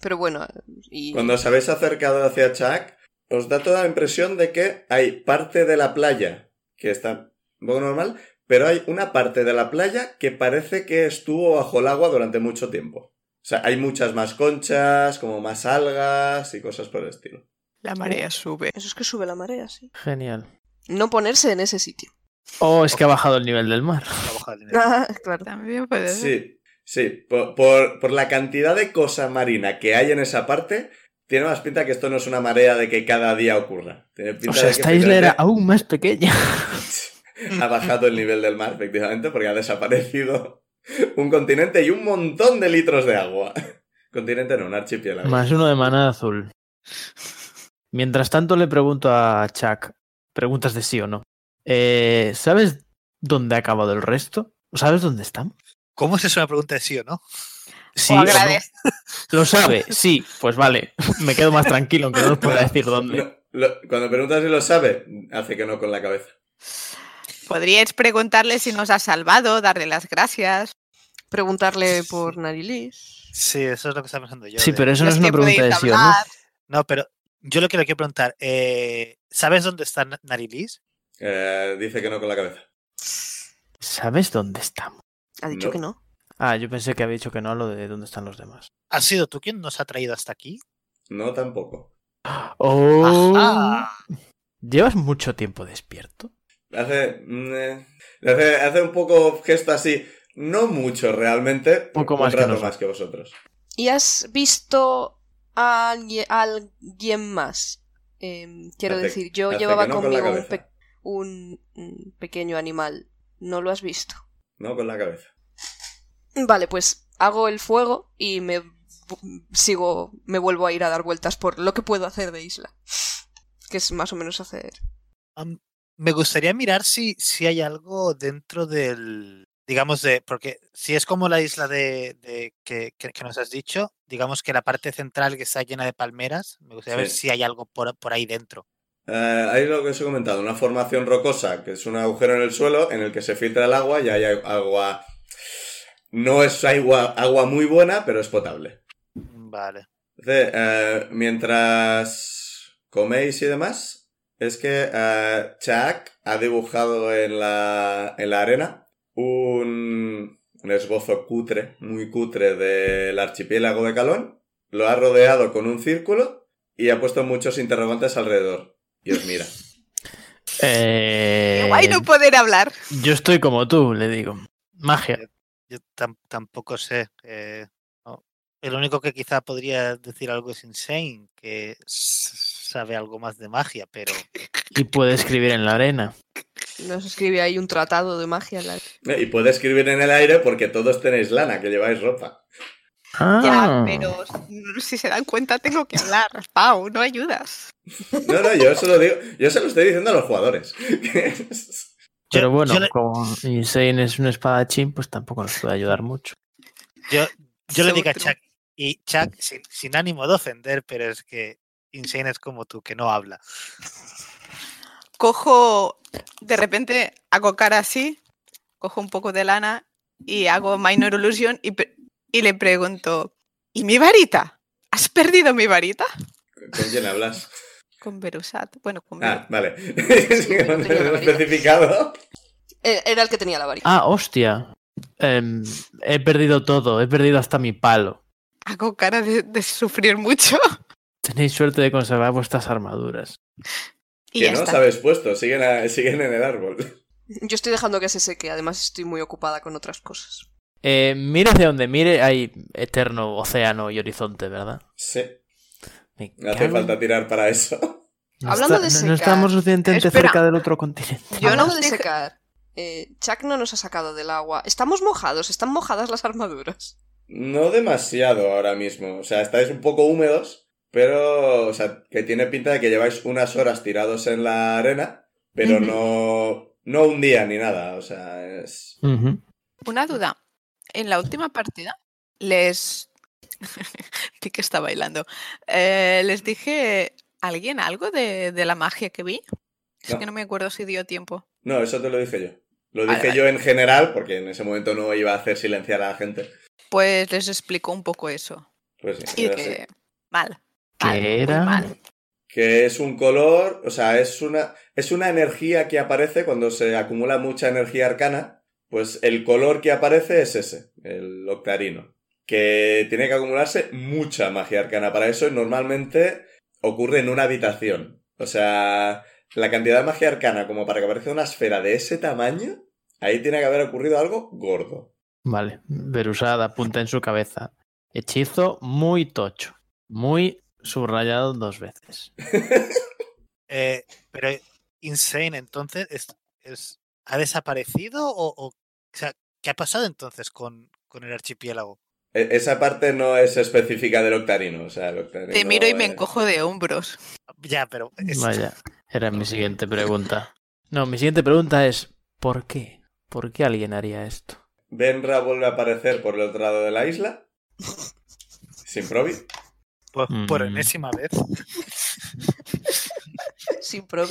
Pero bueno, y. Cuando os habéis acercado hacia Chuck, os da toda la impresión de que hay parte de la playa que está un poco normal, pero hay una parte de la playa que parece que estuvo bajo el agua durante mucho tiempo. O sea, hay muchas más conchas, como más algas y cosas por el estilo. La marea sube. Eso es que sube la marea, sí. Ah. Genial. No ponerse en [LAUGHS] ese sitio. Oh, es que ha bajado el nivel del mar. La hoja de dinero. Ah, claro. También puede ser. Sí, sí, por, por- por la cantidad de cosa marina que hay en esa parte, tiene más pinta que esto no es una marea de que cada día ocurra. Tiene pinta O sea, de que esta isla era efectivamente- aún más pequeña. ha bajado el nivel del mar, efectivamente, porque ha desaparecido un continente y un montón de litros de agua. Continente no, un archipiélago. Más uno de maná azul. Mientras tanto le pregunto a Chuck, preguntas de sí o no. Eh, ¿Sabes dónde ha acabado el resto? ¿Sabes dónde están? ¿Cómo es eso una pregunta de sí o no? Sí. o o no. agradece. Lo sabe, sí. Pues vale, me quedo más tranquilo aunque no os pueda decir dónde. No, lo- cuando preguntas si lo sabe, hace que no con la cabeza. Podríais preguntarle si nos ha salvado, darle las gracias. Preguntarle por Narilis. Sí, eso es lo que estaba pensando yo. Sí, de- pero eso no Los es una que pregunta de podéis sí o no. hablar. No, pero yo lo que le quiero preguntar, eh, ¿sabes dónde está Na- Narilis? Eh, dice que no con la cabeza. ¿Sabes dónde estamos? Ha dicho No. que no. Ah, yo pensé que había dicho que no a lo de dónde están los demás. ¿Has sido tú quien nos ha traído hasta aquí? No tampoco. Oh, Ajá. ¿Llevas mucho tiempo despierto? Hace, mm, eh, hace, hace un poco gesto así. No mucho realmente. Poco un más que rato nosotros. más que vosotros. ¿Y has visto a alguien, a alguien más? Em, quiero Hace- decir, yo hace llevaba que no con la conmigo un, cabeza. pe- un- un pequeño animal. ¿No lo has visto? No con la cabeza. Vale, pues hago el fuego y me vu- sigo, me vuelvo a ir a dar vueltas por lo que puedo hacer de isla. Que es más o menos hacer. Me gustaría mirar si, si hay algo dentro del, digamos, de, porque si es como la isla de, de- que, que- que nos has dicho, digamos que la parte central que está llena de palmeras, me gustaría ver Sí. si hay algo por, por ahí dentro. Eh, ahí lo que os he comentado, una formación rocosa, que es un agujero en el suelo en el que se filtra el agua y hay agua... No es agua, agua muy buena, pero es potable. Vale. Entonces, eh, mientras coméis y demás, es que eh, Chuck ha dibujado en la, en la arena un, un esbozo cutre, muy cutre del archipiélago de Calón. Lo ha rodeado con un círculo y ha puesto muchos interrogantes alrededor. Y os mira. Eh, Qué guay no poder hablar. Yo estoy como tú, le digo. Magia. Yo tam- tampoco sé. eh, no. El único que quizá podría decir algo es Insane, que s- sabe algo más de magia, pero Y puede escribir en la arena. Nos escribe ahí un tratado de magia. la- Eh, Y puede escribir en el aire porque todos tenéis lana, que lleváis ropa. Ya, Ah, pero si se dan cuenta tengo que hablar. Pau, no ayudas. No, no, yo se lo digo, yo se lo estoy diciendo a los jugadores. [LAUGHS] pero Yo- bueno, yo le- como Insane es un espadachín, pues tampoco nos puede ayudar mucho. yo, yo le digo a Seguro. Chuck, Y Chuck, sin, sin ánimo de ofender, pero es que Insane es como tú, que no habla. Cojo, de repente hago cara así, cojo un poco de lana y hago Minor Illusion y, pre- y le pregunto, ¿y mi varita? ¿Has perdido mi varita? ¿Con quién hablas? Con Berusat. Bueno, con Ah, Beru- vale. [LAUGHS] Es que no no tenía lo he la idea. especificado. Eh, Era el que tenía la varita. Ah, hostia. Em, he perdido todo, he perdido hasta mi palo. Hago cara de, de sufrir mucho Tenéis suerte de conservar vuestras armaduras. y que ya no os está. habéis puesto, siguen, a- siguen en el árbol. Yo estoy dejando que se seque, además estoy muy ocupada con otras cosas. Eh, mira hacia donde mire, hay eterno océano y horizonte, ¿verdad? Sí, Me no hace cago en- falta tirar para eso. No Hablando está- de no- secar, No estamos suficientemente espera. cerca del otro continente. Yo Yo no no de dije- secar. Eh, Chuck no nos ha sacado del agua. Estamos mojados, están mojadas las armaduras. [LAUGHS] No demasiado ahora mismo. O sea, estáis un poco húmedos, pero. O sea, que tiene pinta de que lleváis unas horas tirados en la arena, pero Ujú. no. No un día ni nada. O sea, es. Ujú. Una duda. En la última partida les... [LAUGHS] Di que está bailando. Eh, les dije a alguien algo de, de la magia que vi. Es No. que no me acuerdo si dio tiempo. No, eso te lo dije yo. Lo Vale, dije vale. yo en general, porque en ese momento no iba a hacer silenciar a la gente. Pues les explicó un poco eso. Pues sí, Y era así. que... Mal. ¿Qué mal, muy era? mal. que es un color, o sea, es una, es una energía que aparece cuando se acumula mucha energía arcana, pues el color que aparece es ese, el octarino, que tiene que acumularse mucha magia arcana para eso y normalmente ocurre en una habitación. O sea, la cantidad de magia arcana como para que aparezca una esfera de ese tamaño, ahí tiene que haber ocurrido algo gordo. Vale, Berusada apunta en su cabeza. Hechizo muy tocho. Muy subrayado dos veces. Eh, pero Insane, entonces, es, es- ¿ha desaparecido o, o- o sea, qué ha pasado entonces con, con el archipiélago? E- esa parte no es específica del octarino, o sea, el octarino... Te miro y me eh, encojo de hombros. Ya, pero es- Vaya, era mi siguiente pregunta. No, mi siguiente pregunta es, ¿por qué? ¿Por qué alguien haría esto? Benra vuelve a aparecer por el otro lado de la [LAUGHS] isla. Sin Provi. por, por Mm. enésima vez. Sin pro.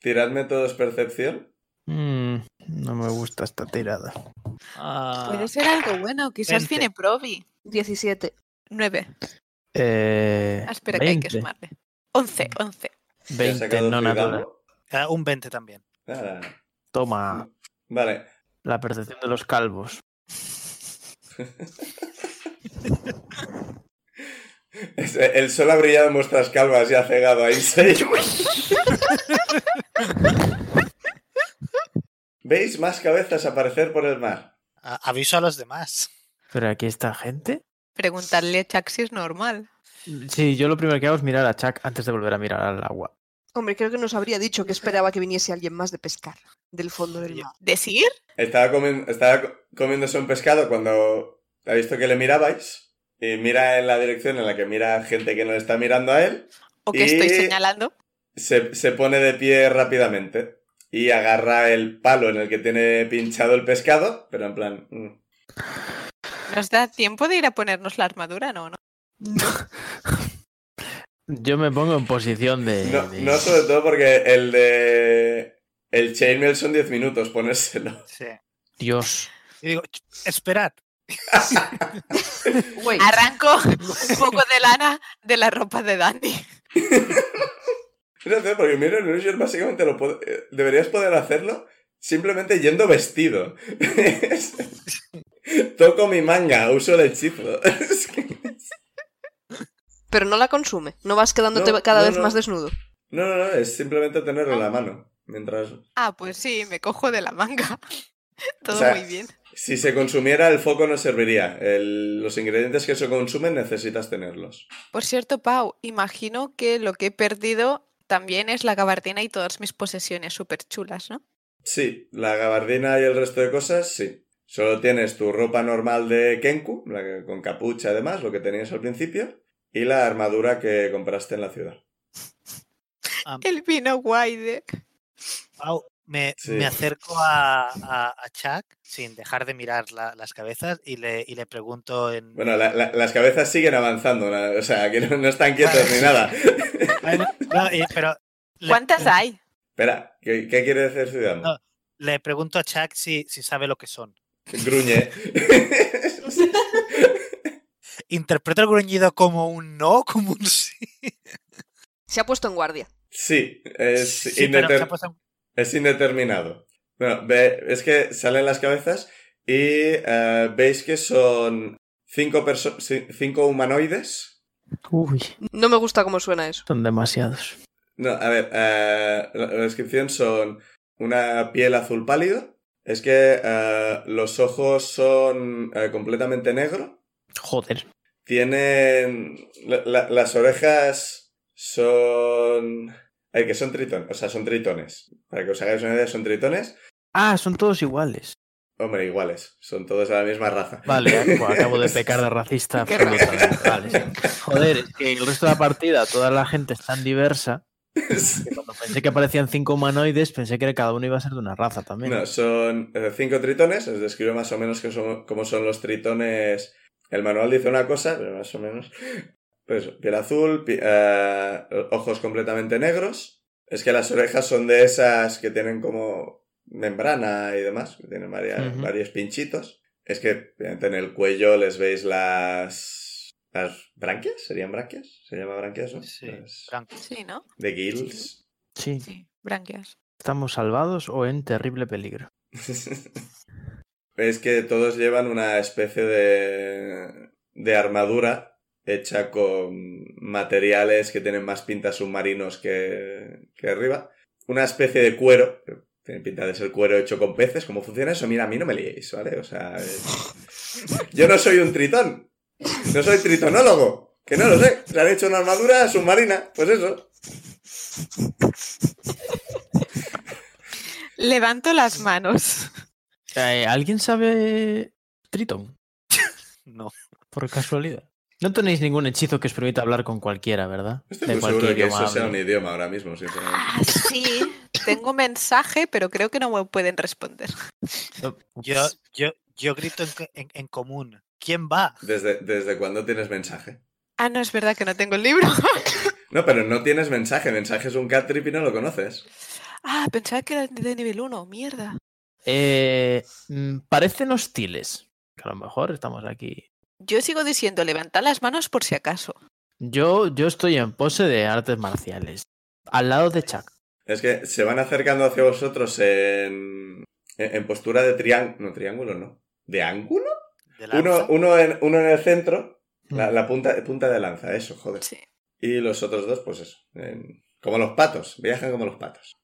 Tiradme todos percepción. Mm, no me gusta esta tirada. Ah, Puede ser algo bueno. Quizás Vente. tiene Provi. 17. Nueve. eh, Ah, Espera, que hay que 20, sumarle. Once, once. ¿Te has 20 sacado no Zuidamo? natural. Ah, un 20 también. Nada. Toma, Vale. la percepción de los calvos. Es- eh, El sol ha brillado en vuestras calvas y ha cegado a Insei. ¿Veis más cabezas aparecer por el mar? A- aviso a los demás. ¿Pero aquí está gente? Preguntarle a Chuck si es normal. Sí, yo lo primero que hago es mirar a Chuck antes de volver a mirar al agua. Hombre, creo que nos habría dicho que esperaba que viniese alguien más de pescar del fondo del mar. ¿Decir? Estaba, comi- estaba co- comiéndose un pescado cuando ha visto que le mirabais. Y mira en la dirección en la que mira gente que no le está mirando a él. ¿O que estoy Y- señalando? se, se pone de pie rápidamente y agarra el palo en el que tiene pinchado el pescado, pero en plan... mm. ¿Nos da tiempo de ir a ponernos la armadura? No, no. Yo me pongo en posición de... No, de- no sobre todo porque el de... El chainmail son 10 minutos ponérselo. Sí. Dios. Y digo, "Ch- esperad. Wait. Arranco un poco de lana de la ropa de Dani. No sé, porque Mirror Illusion básicamente lo pod- eh, deberías poder hacerlo simplemente yendo vestido. [LAUGHS] Es- Toco mi manga, uso el hechizo. [LAUGHS] Es que- Pero no la consume. No vas quedándote No, cada no, vez no. más desnudo. No, no, no, es simplemente tenerlo en la mano. Mientras Ah, pues sí, me cojo de la manga. [LAUGHS] Todo O sea, muy bien. Si se consumiera, el foco no serviría. El- los ingredientes que se consumen necesitas tenerlos. Por cierto, Pau, imagino que lo que he perdido también es la gabardina y todas mis posesiones súper chulas, ¿no? Sí, la gabardina y el resto de cosas, sí. Solo tienes tu ropa normal de Kenku, la que- con capucha además, lo que tenías al principio, y la armadura que compraste en la ciudad. El vino guay de... Au, me, Sí. me acerco a, a, a Chuck sin dejar de mirar la- las cabezas y le, y le pregunto en... Bueno, la- la- las cabezas siguen avanzando, la- o sea, que no, no están quietas ni nada. Bueno, no, eh, pero le- ¿Cuántas le- hay? Espera, ¿qué, qué quiere decir Ciudadano? No. Le pregunto a Chuck si, si sabe lo que son. [LAUGHS] Gruñe. Interpreto el gruñido como un no, como un sí. Se ha puesto en guardia. sí, es, Sí, pero se indeter- ha puesto- es indeterminado. Bueno, ve- es que salen las cabezas y eh, veis que son cinco, perso- ci- cinco humanoides. Uy, No me gusta cómo suena eso. son demasiados. No, a ver, eh, la, la descripción son una piel azul pálido, es que eh, los ojos son eh, completamente negro, Joder. tienen... la- la- las orejas son... A ver, que son tritones, o sea, son tritones. Para que os hagáis una idea, son tritones. Ah, son todos iguales. Hombre, iguales, son todos de la misma raza. Vale, bueno, acabo de pecar de [LAUGHS] racista. Qué absoluta. Vale, sí. Joder, es que el resto de la partida toda la gente es tan diversa [LAUGHS] que cuando pensé que aparecían cinco humanoides pensé que cada uno iba a ser de una raza también. No, son eh, cinco tritones, os describo más o menos que son, cómo son los tritones. El manual dice una cosa, pero más o menos. Pues piel azul, pi- eh, ojos completamente negros. Es que las orejas son de esas que tienen como membrana y demás, que tienen varia- Ujú. varios pinchitos. Es que obviamente, en el cuello les veis las. ¿Las branquias? ¿Serían branquias? ¿Se llama branquias, no? Sí, Las- Frank, Sí, ¿no? De gills. Sí, Sí, branquias. estamos salvados o en terrible peligro. [LAUGHS] Es que todos llevan una especie de, de armadura hecha con materiales que tienen más pinta submarinos que, que arriba. Una especie de cuero, que tiene pinta de ser cuero hecho con peces. ¿Cómo funciona eso? Mira, a mí no me liéis, ¿vale? O sea, es- yo no soy un tritón. No soy tritonólogo. Que no lo sé. Se han hecho una armadura submarina. Pues eso. Levanto las manos. Eh, ¿Alguien sabe Triton? no. Por casualidad. No tenéis ningún hechizo que os permita hablar con cualquiera, ¿verdad? Estoy muy seguro de que eso sea un idioma ahora mismo, sinceramente. Ah, sí. [LAUGHS] Tengo mensaje, pero creo que no me pueden responder. hable. Yo, Pues, yo, yo grito en, co- en- en común. ¿Quién va? ¿Desde, ¿Desde cuándo tienes mensaje? Ah, no, es verdad que no tengo el libro. [LAUGHS] No, pero no tienes mensaje. Mensaje es un cat trip y no lo conoces. Ah, pensaba que era de nivel 1. Mierda. Eh, mm, parecen hostiles. Que a lo mejor estamos aquí. Yo sigo diciendo, levanta las manos por si acaso. Yo, yo estoy en pose de artes marciales. Al lado de Chuck. Es que se van acercando hacia vosotros en, en, en postura de triángulo. No, triángulo no. ¿De ángulo? ¿De Uno, lanza? uno, en, uno en el centro, la, la punta, punta de lanza, eso, Pues joder. Sí. Y los otros dos, pues eso. en- como los patos, viajan como los patos.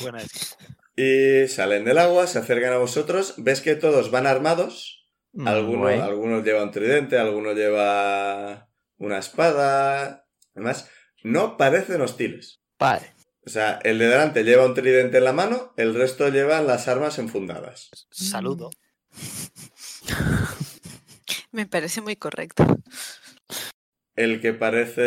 Buena es- Y salen del agua, se acercan a vosotros. Ves que todos van armados. Mm, Algunos, guay. algunos llevan tridente, algunos lleva una espada. Además, no parecen hostiles. Vale. O sea, el de delante lleva un tridente en la mano, el resto llevan las armas enfundadas. Saludo. Me parece muy correcto. El que parece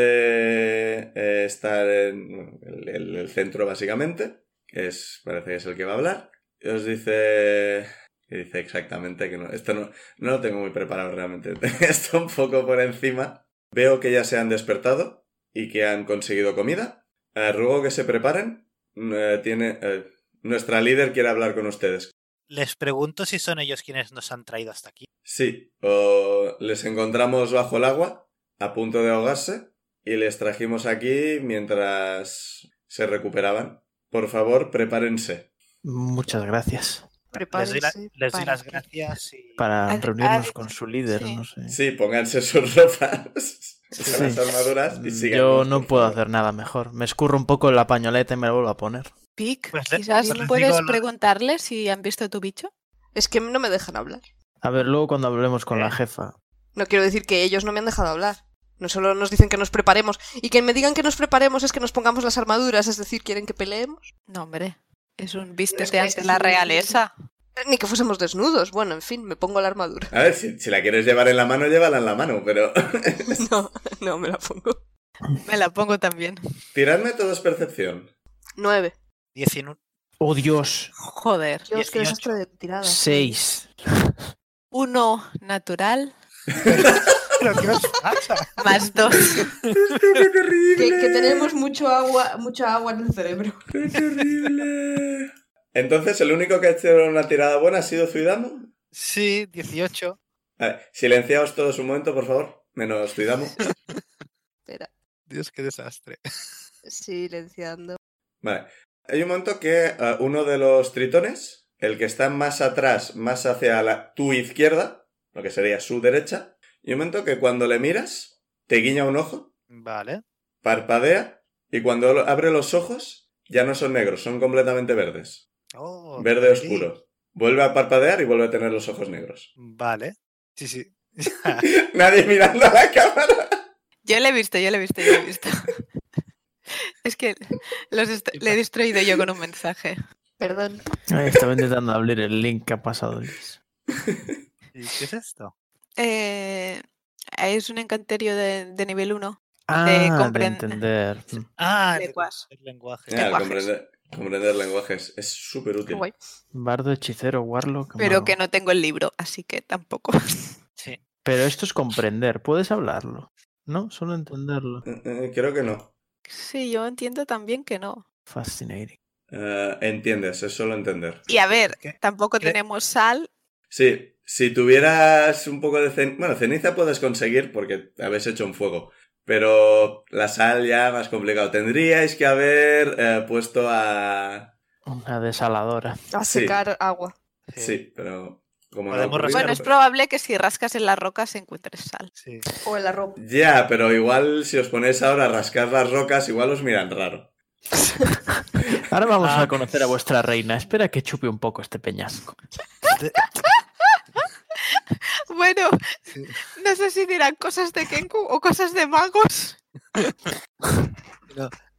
eh, estar en bueno, el, el- el centro, básicamente, que es, parece que es el que va a hablar, y os dice. y dice exactamente que no. Esto no, no lo tengo muy preparado realmente. [LAUGHS] Está un poco por encima. Veo que ya se han despertado y que han conseguido comida. Eh, ruego que se preparen. Mm, eh, tiene, eh, nuestra líder quiere hablar con ustedes. Les pregunto si son ellos quienes nos han traído hasta aquí. Sí, o les encontramos bajo el agua, a punto de ahogarse, y les trajimos aquí mientras se recuperaban. Por favor, prepárense. Muchas gracias. Les doy, la- Prepárense. les doy para las que- gracias y Para Ad- reunirnos ad- con su líder, sí. no sé. Sí, pónganse sus [LAUGHS] ropas, Sí. Mm, las armaduras y sigan. Yo no puedo hacer nada mejor. Me escurro un poco en la pañoleta y me la vuelvo a poner. Pic, Pues le- quizás pues les puedes digo lo- preguntarle si han visto tu bicho. Es que no me dejan hablar. A ver, luego cuando hablemos con Eh. la jefa. No quiero decir que ellos no me han dejado hablar. No solo nos dicen que nos preparemos. Y que me digan que nos preparemos es que nos pongamos las armaduras, es decir, quieren que peleemos. No, hombre. Es un vístete Es que ante es la un- realeza. Eh, Ni que fuésemos desnudos. Bueno, en fin, me pongo la armadura. [LAUGHS] A ver, si, si la quieres llevar en la mano, llévala en la mano, pero [LAUGHS] No, no me la pongo. Me la pongo también. tiradme todos percepción. Nueve. 19 Oh, Dios. Joder. Dios, qué 18. desastre de tirada. Seis. Uno natural [LAUGHS] ¿Pero qué os pasa? [LAUGHS] más dos. ¡Qué terrible! Que, que tenemos mucho agua, mucha agua en el cerebro. ¡Qué terrible! Entonces, el único que ha hecho una tirada buena ha sido Zuidamo. Sí, 18. A ver, silenciaos todos un momento, por favor. Menos Zuidamo. Espera, Dios, qué desastre. silenciando. Vale. Hay un momento que eh, uno de los tritones, el que está más atrás, más hacia la, tu izquierda, lo que sería su derecha, y un momento que cuando le miras, te guiña un ojo, Vale. parpadea, y cuando lo- abre los ojos, ya no son negros, son completamente verdes. Oh, Verde sí. oscuro. Vuelve a parpadear y vuelve a tener los ojos negros. [LAUGHS] Vale. Sí, sí. Nadie mirando a la cámara. Yo le he visto, yo le he visto, yo le he visto. [LAUGHS] Es que los est- pues. le he destruido yo con un mensaje. Perdón. Ay, estaba intentando abrir el link que ha pasado Luis. ¿Y qué es esto? Eh, es un encanterio de, de nivel 1. Ah, de comprend- entender. Ah, De el cuas. lenguaje. Ah, el Lenguajes. comprender, comprender lenguajes es súper útil. Guay. Bardo, hechicero, warlock. Pero mago. que no tengo el libro, así que tampoco. [LAUGHS] Sí. Pero esto es comprender. Puedes hablarlo. No, solo entenderlo. Eh, creo que no. Sí, yo entiendo también que no. Fascinating. Eh, entiendes, es solo entender. Y a ver, ¿Qué? tampoco ¿Qué? tenemos sal. Sí, si tuvieras un poco de ceniza. Bueno, ceniza puedes conseguir porque habéis hecho un fuego. Pero la sal ya más complicado. Tendríais que haber eh, puesto a. Una desaladora. A Sí. secar agua. Sí, pero. Como no Podemos ha ocurrido, rascar. Bueno, es pero- probable que si rascas en la roca se encuentres sal. [LAUGHS] Sí. O en la ropa. pues, Ya, pero igual si os ponéis ahora a rascar las rocas, igual os miran raro. Ahora vamos Ah. a conocer a vuestra reina. Espera que chupe un poco este peñasco. Bueno, Sí. no sé si dirán cosas de Kenku o cosas de magos.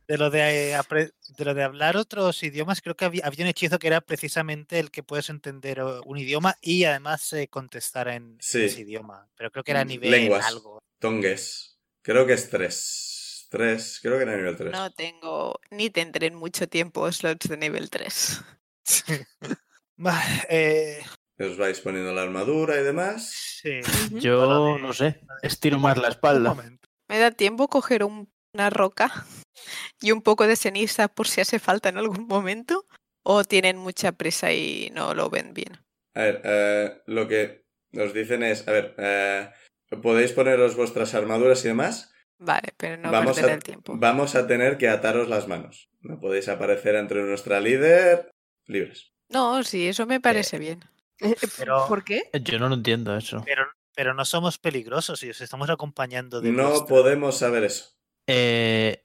De lo de, eh, apre- de lo de hablar otros idiomas, creo que había, había un hechizo que era precisamente el que puedes entender eh, un idioma y además eh, contestar en Sí. ese idioma. Pero creo que era a Mm, nivel lenguas. algo. [LAUGHS] Tongues. Creo que es tres. Tres. Creo que era nivel tres. No tengo ni tendré en mucho tiempo slots de nivel 3. Va, eh, Os vais poniendo la armadura y demás. sí. Lo ¿Mm? Yo de- no sé. Estiro más la espalda. Un momento. Me da tiempo coger un- una roca y un poco de ceniza por si hace falta en algún momento. O tienen mucha prisa y no lo ven bien. A ver, eh, lo que nos dicen es, a ver, eh, podéis poneros vuestras armaduras y demás. Vale, pero no Vamos perder a- el tiempo. Vamos a tener que ataros las manos. No podéis aparecer entre nuestra líder libres. No, sí, eso me parece bien. Eh, eh, Pero- ¿Por qué? [LAUGHS] Yo no lo entiendo eso. Pero, pero no somos peligrosos y os estamos acompañando de No vuestra- podemos saber eso. Eh,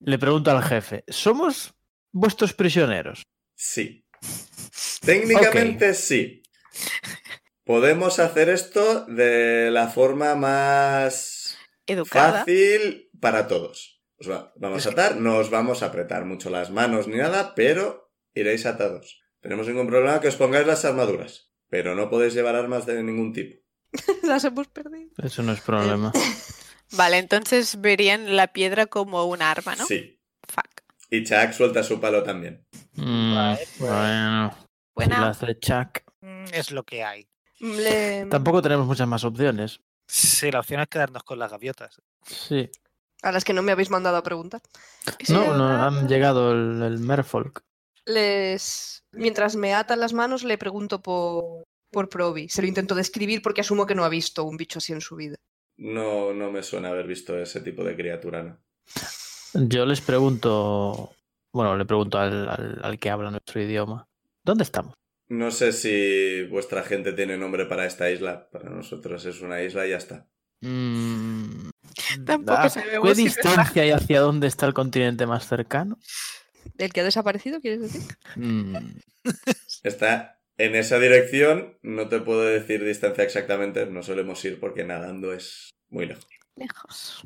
le pregunto al jefe. ¿Somos vuestros prisioneros? Sí. Técnicamente sí. Podemos hacer esto de la forma más Educada. fácil para todos. Os va- vamos Es a que- atar, no os vamos a apretar mucho las manos ni nada, pero iréis atados. Tenemos ningún problema que os pongáis las armaduras, pero no podéis llevar armas de ningún tipo. Las hemos perdido. Eso no es [LAUGHS] problema. Vale, entonces verían la piedra como un arma, ¿no? Sí. Fuck. Y Chuck suelta su palo también. Mm, Vale, pues. Bueno, si lo Buena. hace Chuck. Mm, Es lo que hay. Le- Tampoco tenemos muchas más opciones. Sí, la opción es quedarnos con las gaviotas. Sí. A las que no me habéis mandado a preguntar. Sí, No, no, ¿verdad? han llegado el, el merfolk. Les... Mientras me atan las manos, le pregunto por... por Provi. Se lo intento describir porque asumo que no ha visto un bicho así en su vida. No, no me suena haber visto ese tipo de criatura, ¿no? Yo les pregunto, bueno, le pregunto al, al- al que habla nuestro idioma. ¿Dónde estamos? No sé si vuestra gente tiene nombre para esta isla. Para nosotros es una isla y ya está. Mm, Tampoco ¿a sabemos ¿Qué si distancia y hacia dónde está el continente más cercano? ¿El que ha desaparecido, quieres decir? Mm, Está en esa dirección. No te puedo decir distancia exactamente. No solemos ir porque nadando es muy lejos. Lejos.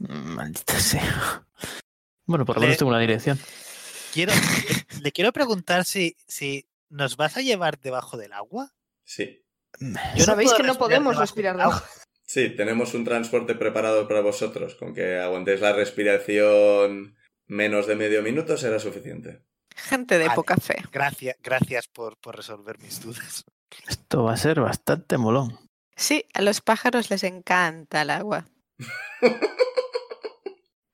mm, maldita sea. [LAUGHS] Bueno, por lo Le- menos tengo una dirección. Quiero, eh, le- le quiero preguntar si, si nos vas a llevar debajo del agua. Sí. Yo no Sabéis puedo que no respirar podemos debajo respirar del debajo. [LAUGHS] Sí, tenemos un transporte preparado para vosotros. Con que aguantéis la respiración menos de medio minuto será suficiente. Gente de Vale. poca fe. Gracias, gracias por, por resolver mis dudas. [LAUGHS] Esto va a ser bastante molón. Sí, a los pájaros les encanta el agua.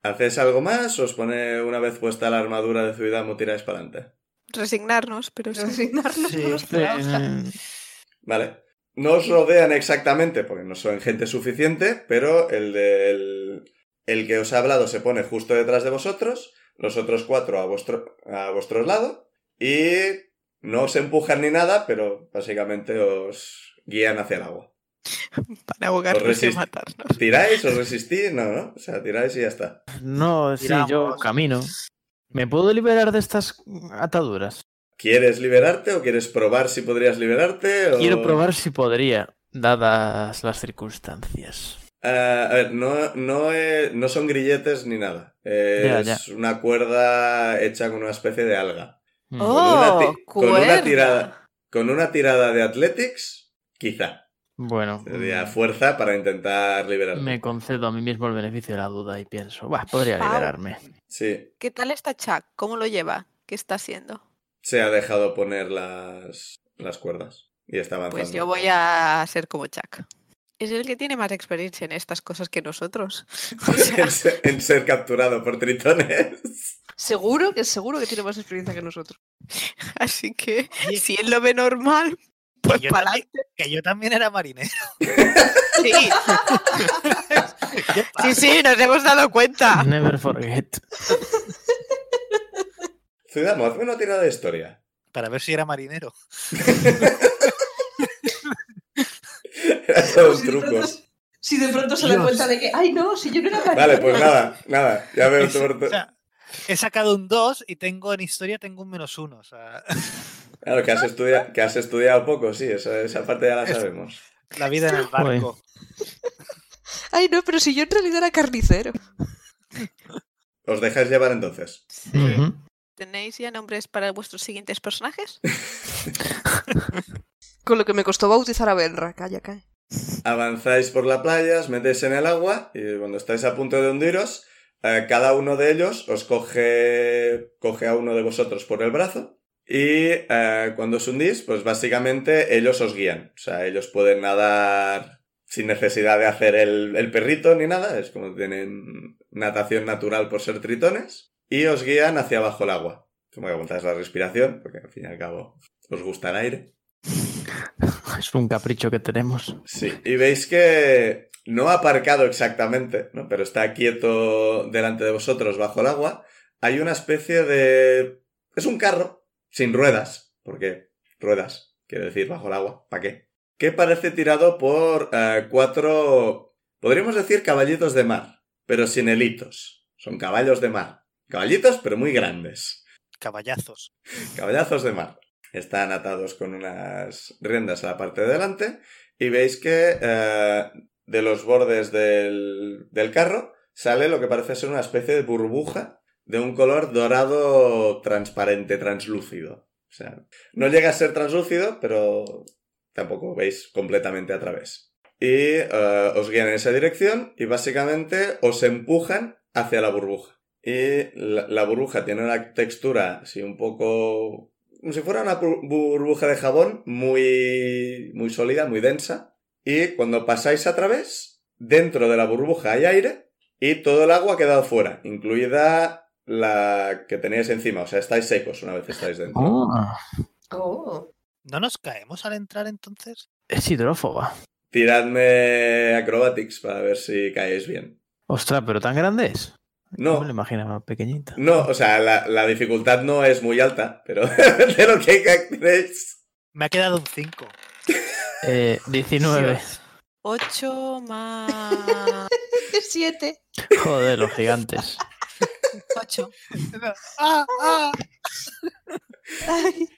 ¿Hacéis algo más o os pone una vez puesta la armadura de Zuidamo tiráis para adelante? Resignarnos, pero sí. Resignarnos Sí, por nuestra hoja. eh, Vale. No os rodean exactamente, porque no son gente suficiente, pero el, de- el, el que os ha hablado se pone justo detrás de vosotros, los otros cuatro a, vuestro, a vuestros lados, y no os empujan ni nada, pero básicamente os guían hacia el agua. Para ahogarnos y resiste. matarnos. ¿Tiráis? ¿Os resistís? No, ¿no? O sea, tiráis y ya está. no, sí, yo Tiramos. camino. ¿Me puedo liberar de estas ataduras? ¿Quieres liberarte o quieres probar si podrías liberarte? o- Quiero probar si podría, dadas las circunstancias. Ah, a ver, no, no, eh, no son grilletes ni nada. Ya, Es ya. una cuerda hecha con una especie de alga. Mm. una ¡Oh! ti- con una cuerda. tirada. Con una tirada de Athletics, quizá. Bueno, Sería mm, fuerza para intentar liberarte. me concedo a mí mismo el beneficio de la duda y pienso, bah, podría Pau. liberarme. Sí, ¿Qué tal está Chuck? ¿Cómo lo lleva? ¿Qué está haciendo? se ha dejado poner las, las cuerdas. Y está avanzando. Pues yo voy a ser como Chuck. Es el que tiene más experiencia en estas cosas que nosotros. [LAUGHS] O [LAUGHS] sea, en, ser, en ser capturado por tritones. [LAUGHS] Seguro que seguro que tiene más experiencia que nosotros. [LAUGHS] así que Oye, si él lo ve normal, pues yo para también- que yo también era marinero. [LAUGHS] Sí, [LAUGHS] sí, sí, nos hemos dado [LAUGHS] cuenta. Never forget. Ciudadano, hazme una tirada de historia. [LAUGHS] Para ver si era marinero. Era todo un Pues Si de truco. pronto- Si de pronto se da Dios. cuenta de que, ay no, si yo no era Vale, marinero". [LAUGHS] pues nada, nada. Ya veo Es- tu... o sea, he sacado un 2 y tengo en historia tengo un menos 1. O sea, [LAUGHS] Claro, que has, estudia- que has estudiado poco, sí, esa, esa parte ya la sabemos. la vida en el Joder. barco. Ay, no, pero si yo en realidad era carnicero. ¿Os dejáis llevar entonces? Sí. Ujú. ¿Tenéis ya nombres para vuestros siguientes personajes? Con lo que me costó bautizar a Benra. Calla, calla. Avanzáis por la playa, os metéis en el agua y cuando estáis a punto de hundiros, eh, cada uno de ellos os coge, coge a uno de vosotros por el brazo y eh, cuando os hundís, pues básicamente ellos os guían. O sea, ellos pueden nadar sin necesidad de hacer el, el perrito ni nada, es como tienen natación natural por ser tritones y os guían hacia abajo el agua. Como que aguantáis la respiración, porque al fin y al cabo os gusta el aire. [LAUGHS] Es un capricho que tenemos. Sí, y veis que no ha aparcado exactamente, ¿no? pero está quieto delante de vosotros bajo el agua. Hay una especie de... Es un carro, sin ruedas, porque ruedas, quiero decir, bajo el agua, ¿para qué? Que parece tirado por eh, cuatro, podríamos decir, caballitos de mar, pero sin helitos. Son caballos de mar. Caballitos, pero muy grandes. Caballazos. Caballazos de mar. Están atados con unas riendas a la parte de delante y veis que eh, de los bordes del, del carro sale lo que parece ser una especie de burbuja de un color dorado transparente, translúcido. O sea, no llega a ser translúcido, pero tampoco veis completamente a través. Y eh, os guían en esa dirección y básicamente os empujan hacia la burbuja. Y la, la burbuja tiene una textura así un poco... Como si fuera una bur- burbuja de jabón muy, muy sólida, muy densa. Y cuando pasáis a través, dentro de la burbuja hay aire y todo el agua ha quedado fuera, incluida la que teníais encima. O sea, estáis secos una vez estáis dentro. Ah, Oh, ¿No nos caemos al entrar entonces? es hidrófoba. Tiradme acrobatics para ver si caéis bien. Ostras, pero tan grande es. No. me lo imaginaba pequeñita. No, o sea, la, la dificultad no es muy alta, pero [LAUGHS] de lo que tenéis... Me ha quedado un 5. Eh, 19. [LAUGHS] 8 más Siete. [LAUGHS] Joder, los gigantes. 8. ¡Ah, ah! Ay,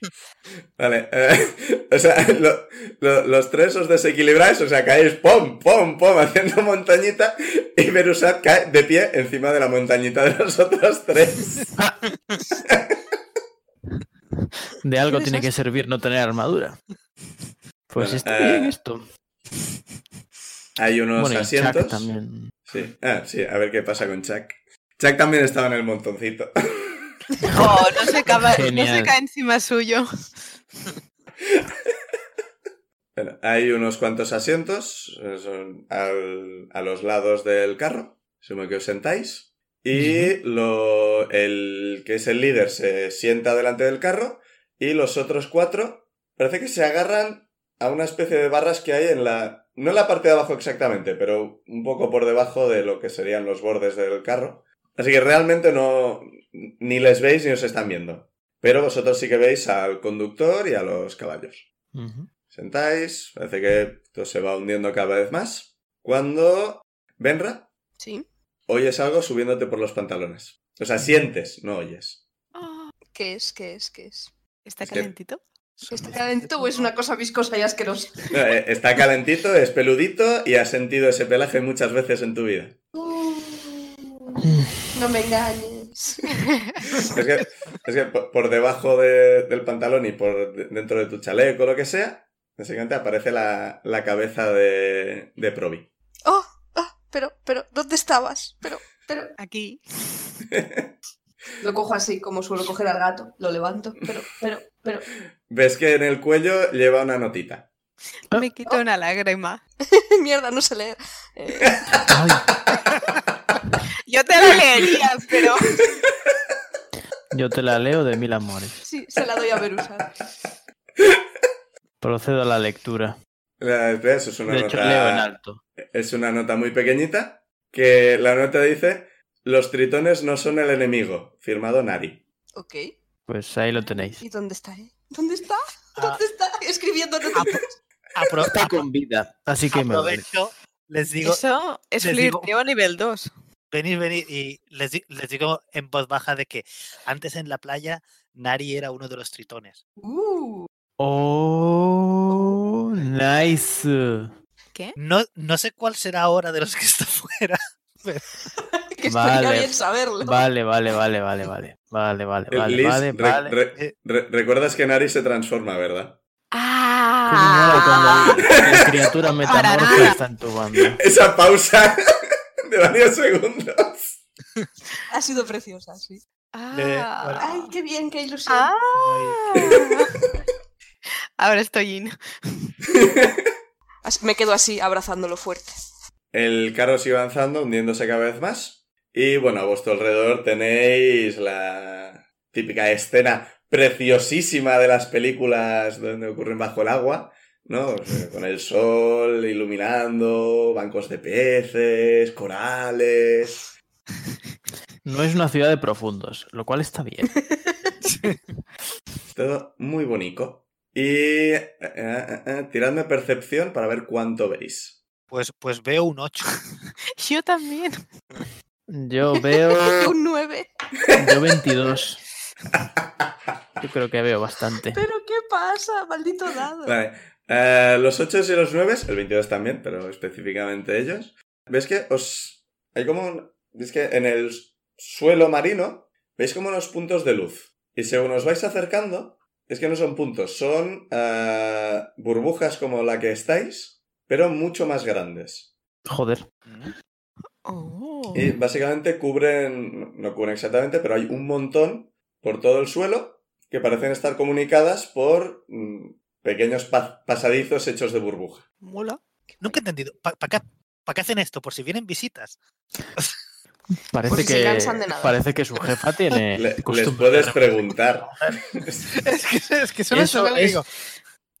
Vale, eh, [LAUGHS] o sea, lo- lo- los tres os desequilibráis, o sea, caéis pom, pom, pom, haciendo montañita y Berusat cae de pie encima de la montañita de los otros tres. De algo Qué tiene que desastre. servir no tener armadura. Pues Bueno, está eh, bien esto. Hay unos Bueno, y Chuck asientos. también. Sí. Ah, sí, a ver qué pasa con Chuck. Chuck también estaba en el montoncito. Oh, no se, acaba- no se Genial. cae encima suyo. Bueno, hay unos cuantos asientos eh, son al- a los lados del carro, asumo que os sentáis. Y lo, el que es el líder se sienta delante del carro y los otros cuatro parece que se agarran a una especie de barras que hay en la... No en la parte de abajo exactamente, pero un poco por debajo de lo que serían los bordes del carro. Así que realmente no... ni les veis ni os están viendo. Pero vosotros sí que veis al conductor y a los caballos. Ujú. Sentáis, parece que esto se va hundiendo cada vez más. Cuando, Benra, Sí. oyes algo subiéndote por los pantalones. O sea, sientes, no oyes. Ah. ¿Qué es? ¿Qué es? ¿Qué es? ¿Está Es que- calentito? ¿Está calentito o este es una cosa viscosa y asquerosa? No, eh, Está calentito, es peludito y has sentido ese pelaje muchas veces en tu vida. Mm. No me engañes. Es que, es que por por debajo de- del pantalón y por de- dentro de tu chaleco, lo que sea, básicamente aparece la, la cabeza de, de Probi. Oh, ah, pero, pero, ¿dónde estabas? Pero, pero. Aquí. Lo cojo así, como suelo coger al gato. Lo levanto, pero, pero, pero. Ves que en el cuello lleva una notita. Ah. Me quito Oh. una lágrima. [LAUGHS] Mierda, no sé leer. Eh, Ay, Yo te la leería, pero... yo te la leo de mil amores. sí, se la doy a Verusa. Procedo a la lectura. La- Eso es una De hecho, nota. leo en alto. Es una nota muy pequeñita que la nota dice los tritones no son el enemigo, firmado Nari. Ok. Pues ahí lo tenéis. ¿Y dónde estaré? ¿Dónde está? eh? Ah. Ah, ¿Dónde está? Escribiendo notas. apro- Está con vida, así que me voy. aprovecho, les digo, Eso es les digo- flirteo nivel 2. venid, venid, y les, di- les digo en voz baja de que antes en la playa Nari era uno de los tritones. Uh, Oh, nice. No, no sé cuál será ahora de los que está [LAUGHS] fuera. que estaría Vale. bien saberlo. Vale, vale, vale, vale, vale. Vale, vale, Eh, vale, Liz, vale, re- vale. re- Eh. re- recuerdas que Nari se transforma, ¿verdad? Coño, [LAUGHS] ¡Ah! cuando la, la criatura metamorfa nada. está en tu banda. Esa pausa [LAUGHS] de varios segundos. Ha sido preciosa, sí. Le- ¡Ah! Ay, qué bien, qué ilusión. ¡Ah! Ah. [LAUGHS] Ahora estoy in. Así- Me quedo así, abrazándolo fuerte. El carro sigue avanzando, hundiéndose cada vez más. Y bueno, a vuestro alrededor tenéis la típica escena preciosísima de las películas donde ocurren bajo el agua, ¿no? O sea, con el sol iluminando, bancos de peces, corales. No es una ciudad de profundos, lo cual está bien. Todo muy bonito. Y eh, eh, eh, tiradme percepción para ver cuánto veis. Pues, pues veo un 8. Yo [LAUGHS] también. Yo veo. Un 9. Yo 22. Yo creo que veo bastante. ¿Pero qué pasa? Maldito dado. Vale. Eh, los 8 y los 9, el 22 también, pero específicamente ellos. ¿Ves que os... Hay como un... ¿Ves que en el suelo marino veis como unos puntos de luz? Y según os vais acercando, es que no son puntos, son eh, burbujas como la que estáis, pero mucho más grandes. Joder. Mm, Oh. Y básicamente cubren, no cubren exactamente, pero hay un montón por todo el suelo que parecen estar comunicadas por mm, pequeños pa- pasadizos hechos de burbuja. Mola. Nunca he entendido. ¿Para qué, pa' qué hacen esto? Por si vienen visitas. Parece Porque se que. cansan de nada. Parece que su jefa tiene. [LAUGHS] Le- les costumbre puedes de- [LAUGHS] preguntar. [LAUGHS] Es que, es que solo Eso eso es- digo.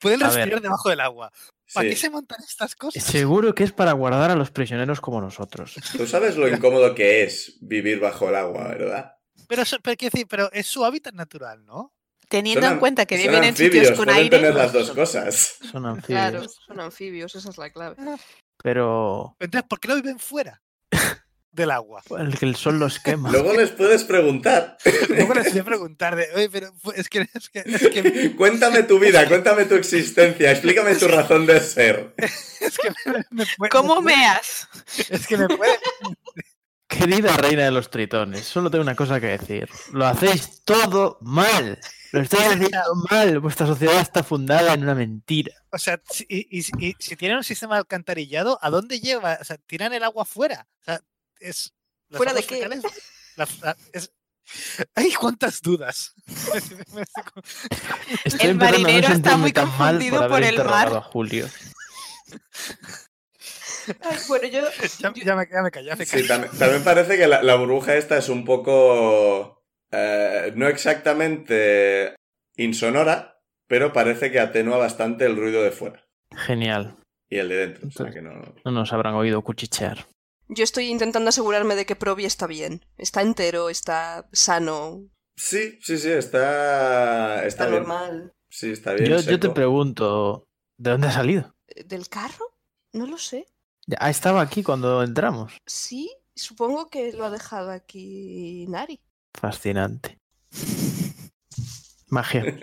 Pueden A ver. respirar debajo del agua. ¿Para Sí. qué se montan estas cosas? Seguro que es para guardar a los prisioneros como nosotros. Tú sabes lo incómodo que es vivir bajo el agua, ¿verdad? Pero, eso- pero, quiero decir, pero es su hábitat natural, ¿no? Teniendo Son en am- cuenta que son viven en anfibios, sitios con pueden aire. tener las dos cosas. [LAUGHS] Son anfibios. Claro, son anfibios, esa es la clave. Pero. Entonces, ¿por qué lo viven [LAUGHS] fuera del agua? El, que el sol los [LAUGHS] quema. Luego les puedes preguntar. Luego les voy a preguntar de, oye, pero fu- es que, es que, es que, Cuéntame tu vida, cuéntame tu existencia, explícame tu razón de ser. es [LAUGHS] que me, me fue- ¿Cómo [LAUGHS] meas? Es que me puede. Querida reina de los tritones, solo tengo una cosa que decir. Lo hacéis todo mal. Lo estáis haciendo mal. Vuestra sociedad está fundada en una mentira. O sea, si- y, y si- y si tienen un sistema de alcantarillado, ¿a dónde lleva? O sea, tiran el agua fuera. O sea, es. las ¿Fuera de aguas qué? fecales- las- la- es- ¡Ay, cuántas dudas! [LAUGHS] El empezando a no marinero está sentirme muy tan mal confundido haber por el interrogado mar. a Julio. Ay, bueno, yo. ya, ya me, ya me callé, ya me Sí, callé. también, también parece que la, la burbuja esta es un poco... eh, no exactamente insonora, pero parece que atenúa bastante el ruido de fuera Genial. y el de dentro. O sea, que no... No nos habrán oído cuchichear. Yo estoy intentando asegurarme de que Probi está bien. Está entero, está sano. Sí, sí, sí, está... Está Está bien. normal. Sí, está bien. Yo, yo te seco. pregunto, ¿de dónde ha salido? Eh, ¿Del carro? No lo sé. Ah, estaba aquí cuando entramos. Sí, supongo que lo ha dejado aquí Nari. Fascinante. Magia.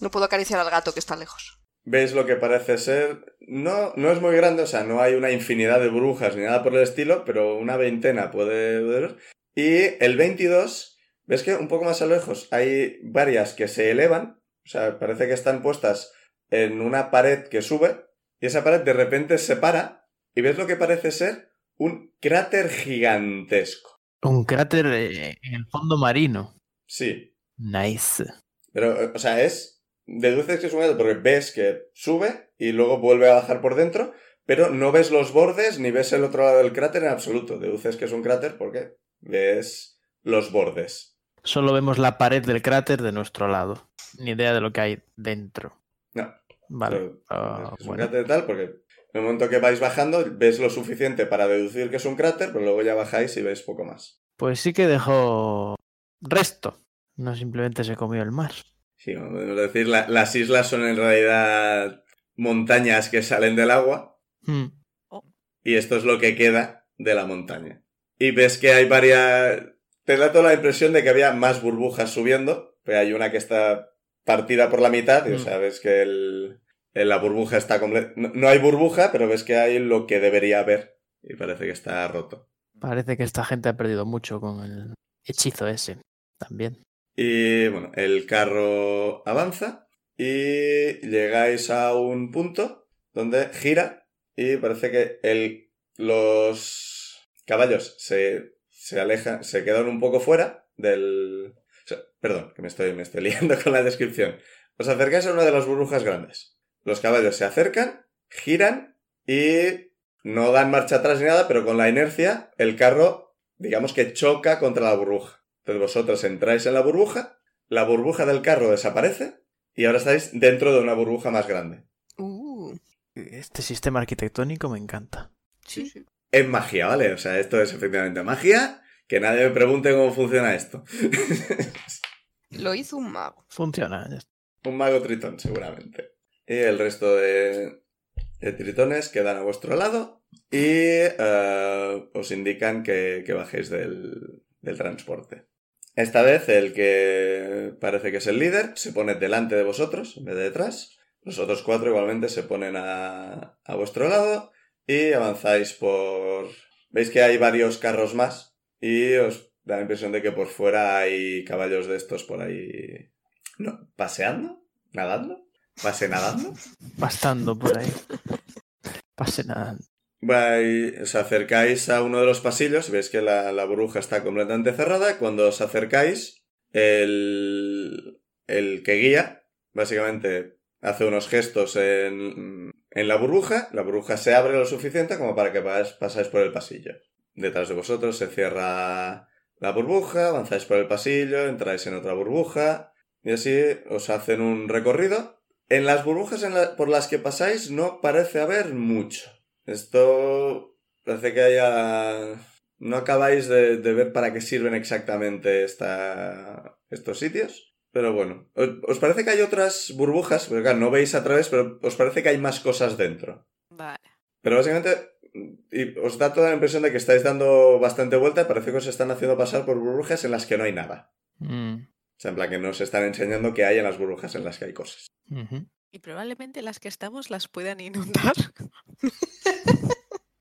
No puedo acariciar al gato que está lejos. ¿Veis lo que parece ser? No, no es muy grande, o sea, no hay una infinidad de brujas ni nada por el estilo, pero una veintena puede ver. Y el 22, ¿ves que un poco más a lo lejos hay varias que se elevan? O sea, parece que están puestas en una pared que sube, y esa pared de repente se para, y ves lo que parece ser un cráter gigantesco. Un cráter eh, en el fondo marino. Sí, Nice. Pero, eh, o sea, es. Deduces que es un gato porque ves que sube y luego vuelve a bajar por dentro, pero no ves los bordes ni ves el otro lado del cráter en absoluto. Deduces que es un cráter porque ves los bordes. Solo vemos la pared del cráter de nuestro lado. Ni idea de lo que hay dentro. No. Vale. Pero ah, es un bueno. cráter tal porque en el momento que vais bajando ves lo suficiente para deducir que es un cráter, pero luego ya bajáis y veis poco más. Pues sí que dejó resto. No simplemente se comió el mar. Sí, como podemos decir, la- las islas son en realidad montañas que salen del agua. Hmm. Y esto es lo que queda de la montaña. Y ves que hay varias... Te da toda la impresión de que había más burbujas subiendo, pero hay una que está partida por la mitad y o Mm. sea, ves que el, el- la burbuja está completa... No, no hay burbuja, pero ves que hay lo que debería haber y parece que está roto. Parece que esta gente ha perdido mucho con el hechizo ese. También. Y bueno, el carro avanza y llegáis a un punto donde gira y parece que el, los caballos se, se alejan, se quedan un poco fuera del... o sea, perdón, que me estoy, me estoy [LAUGHS] liando con la descripción. Os acercáis a una de las burbujas grandes. Los caballos se acercan, giran y no dan marcha atrás ni nada, pero con la inercia el carro, digamos que choca contra la burbuja. Entonces vosotros entráis en la burbuja, la burbuja del carro desaparece y ahora estáis dentro de una burbuja más grande. Uh, Este sistema arquitectónico me encanta. sí, sí. Es magia, ¿vale? O sea, esto es efectivamente magia. Que nadie me pregunte cómo funciona esto. Lo hizo un mago. Funciona. ya está. Un mago tritón, seguramente. Y el resto de, de tritones quedan a vuestro lado y eh, os indican que, que bajéis del, del transporte. Esta vez el que parece que es el líder se pone delante de vosotros en vez de detrás. Los otros cuatro igualmente se ponen a, a vuestro lado y avanzáis por... Veis que hay varios carros más y os da la impresión de que por fuera hay caballos de estos por ahí no, ¿Paseando? ¿Nadando? ¿Pase nadando? Bastando por [LAUGHS] ahí. Pase nada. Vais- os acercáis a uno de los pasillos, veis que la, la bruja está completamente cerrada. Cuando os acercáis, el, el que guía, básicamente, hace unos gestos en, en la burbuja. La burbuja se abre lo suficiente como para que pas- pasáis por el pasillo. Detrás de vosotros se cierra la burbuja, avanzáis por el pasillo, entráis en otra burbuja y así os hacen un recorrido. En las burbujas en la- por las que pasáis no parece haber mucho. Esto parece que haya... No acabáis de, de ver para qué sirven exactamente esta... estos sitios. Pero bueno, ¿os, os parece que hay otras burbujas? Porque claro, no veis a través, pero os parece que hay más cosas dentro. Vale. Pero básicamente y os da toda la impresión de que estáis dando bastante vuelta y parece que os están haciendo pasar por burbujas en las que no hay nada. Mm, O sea, en plan que no os están enseñando qué hay en las burbujas en las que hay cosas. ujú. Y probablemente las que estamos las puedan inundar.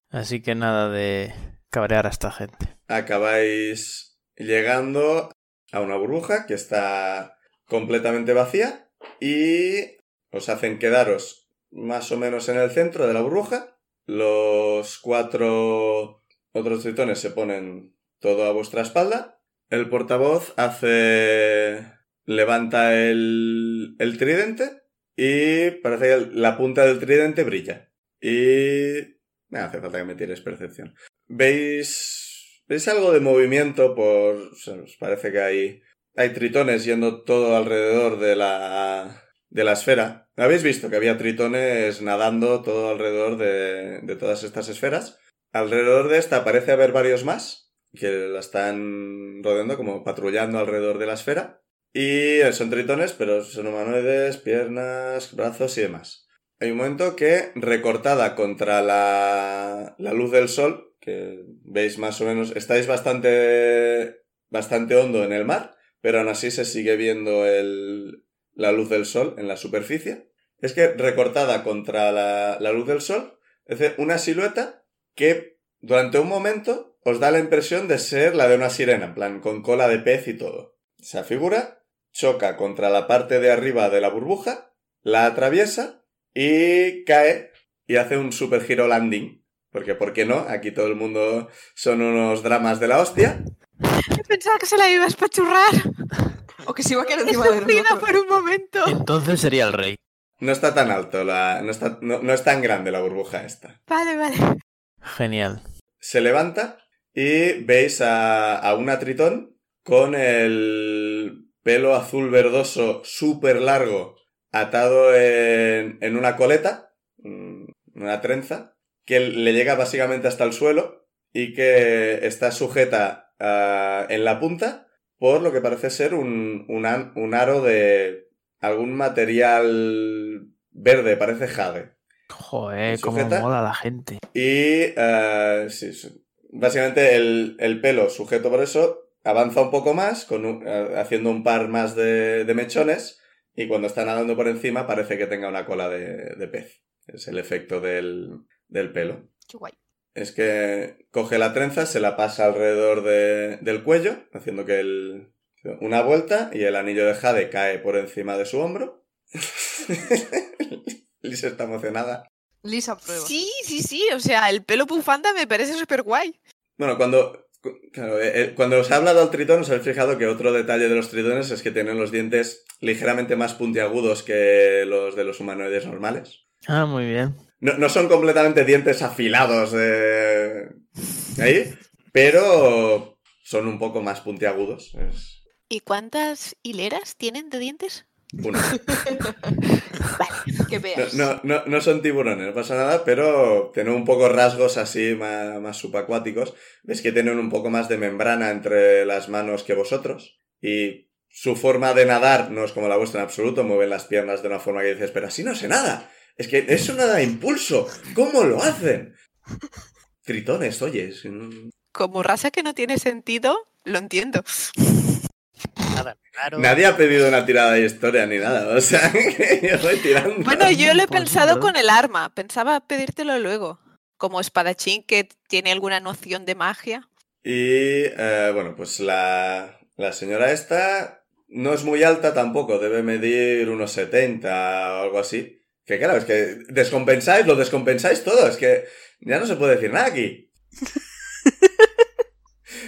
Así que nada de cabrear a esta gente. acabáis llegando a una burbuja que está completamente vacía y os hacen quedaros más o menos en el centro de la burbuja. Los cuatro otros tritones se ponen todo a vuestra espalda El portavoz hace. levanta el, el tridente y parece que el- la punta del tridente brilla. Y. No hace falta que me tires percepción. ¿Veis. ¿Veis algo de movimiento por. o sea, os parece que hay. hay tritones yendo todo alrededor de la. de la esfera. Habéis visto que había tritones nadando todo alrededor de, de todas estas esferas. Alrededor de esta parece haber varios más que la están rodeando, como patrullando alrededor de la esfera. Y eh, son tritones, pero son humanoides, piernas, brazos y demás. Hay un momento que, recortada contra la, la luz del sol, que veis más o menos, estáis bastante, bastante hondo en el mar, pero aún así se sigue viendo el, la luz del sol en la superficie. Es que recortada contra la, la luz del sol, es decir, una silueta que durante un momento os da la impresión de ser la de una sirena, en plan, con cola de pez y todo. Esa figura choca contra la parte de arriba de la burbuja, la atraviesa y cae y hace un super giro landing. Porque, ¿por qué no? Aquí todo el mundo son unos dramas de la hostia. Pensaba que se la ibas a churrar. O que se iba a quedar He encima de sufrido nosotros. por un [LAUGHS] momento. [LAUGHS] Entonces sería el rey. No está tan alto, la, no, está, no- no es tan grande la burbuja esta. Vale, vale. Genial. se levanta y veis a, a una tritón con el pelo azul verdoso súper largo atado en, en una coleta, mm, una trenza, que le llega básicamente hasta el suelo y que está sujeta ah, en la punta por lo que parece ser un, un an- un aro de algún material verde, parece jade. Joder, cómo ¿Sujeta? mola la gente. Y eh, sí, sí. básicamente el, el pelo sujeto por eso avanza un poco más, con un- eh, haciendo un par más de, de mechones, y cuando está nadando por encima parece que tenga una cola de, de pez. Es el efecto del, del pelo. Qué guay. Es que coge la trenza, se la pasa alrededor de- del cuello, haciendo que el, una vuelta y el anillo de jade cae por encima de su hombro. [LAUGHS] Liz está emocionada. Lisa prueba. Sí, sí, sí. O sea, el pelo bufanda me parece súper guay. Bueno, cuando, cu- claro, eh, eh, cuando os he hablado del tritón, os habéis fijado que otro detalle de los tritones es que tienen los dientes ligeramente más puntiagudos que los de los humanoides normales. Ah, muy bien. No, no son completamente dientes afilados de... ahí, pero son un poco más puntiagudos. Es ¿Y cuántas hileras tienen de dientes? uno. Que veas. No, no, no, no son tiburones, no pasa nada, pero tienen un poco rasgos así más, más subacuáticos. Ves que tienen un poco más de membrana entre las manos que vosotros. Y su forma de nadar no es como la vuestra en absoluto. Mueven las piernas de una forma que dices, pero así no se nada. Es que eso no da impulso. ¿Cómo lo hacen? Tritones, oye. es un- Como raza que no tiene sentido, lo entiendo. [LAUGHS] Nada, claro. Nadie ha pedido una tirada de historia ni nada. O sea, [LAUGHS] que yo estoy tirando. Bueno, yo lo he Pues sí, pensado ¿verdad? con el arma. Pensaba pedírtelo luego. Como espadachín que tiene alguna noción de magia. Y eh, bueno, pues la, la señora esta no es muy alta tampoco, debe medir unos 70 o algo así. Que claro, es que descompensáis, lo descompensáis todo, es que ya no se puede decir nada aquí.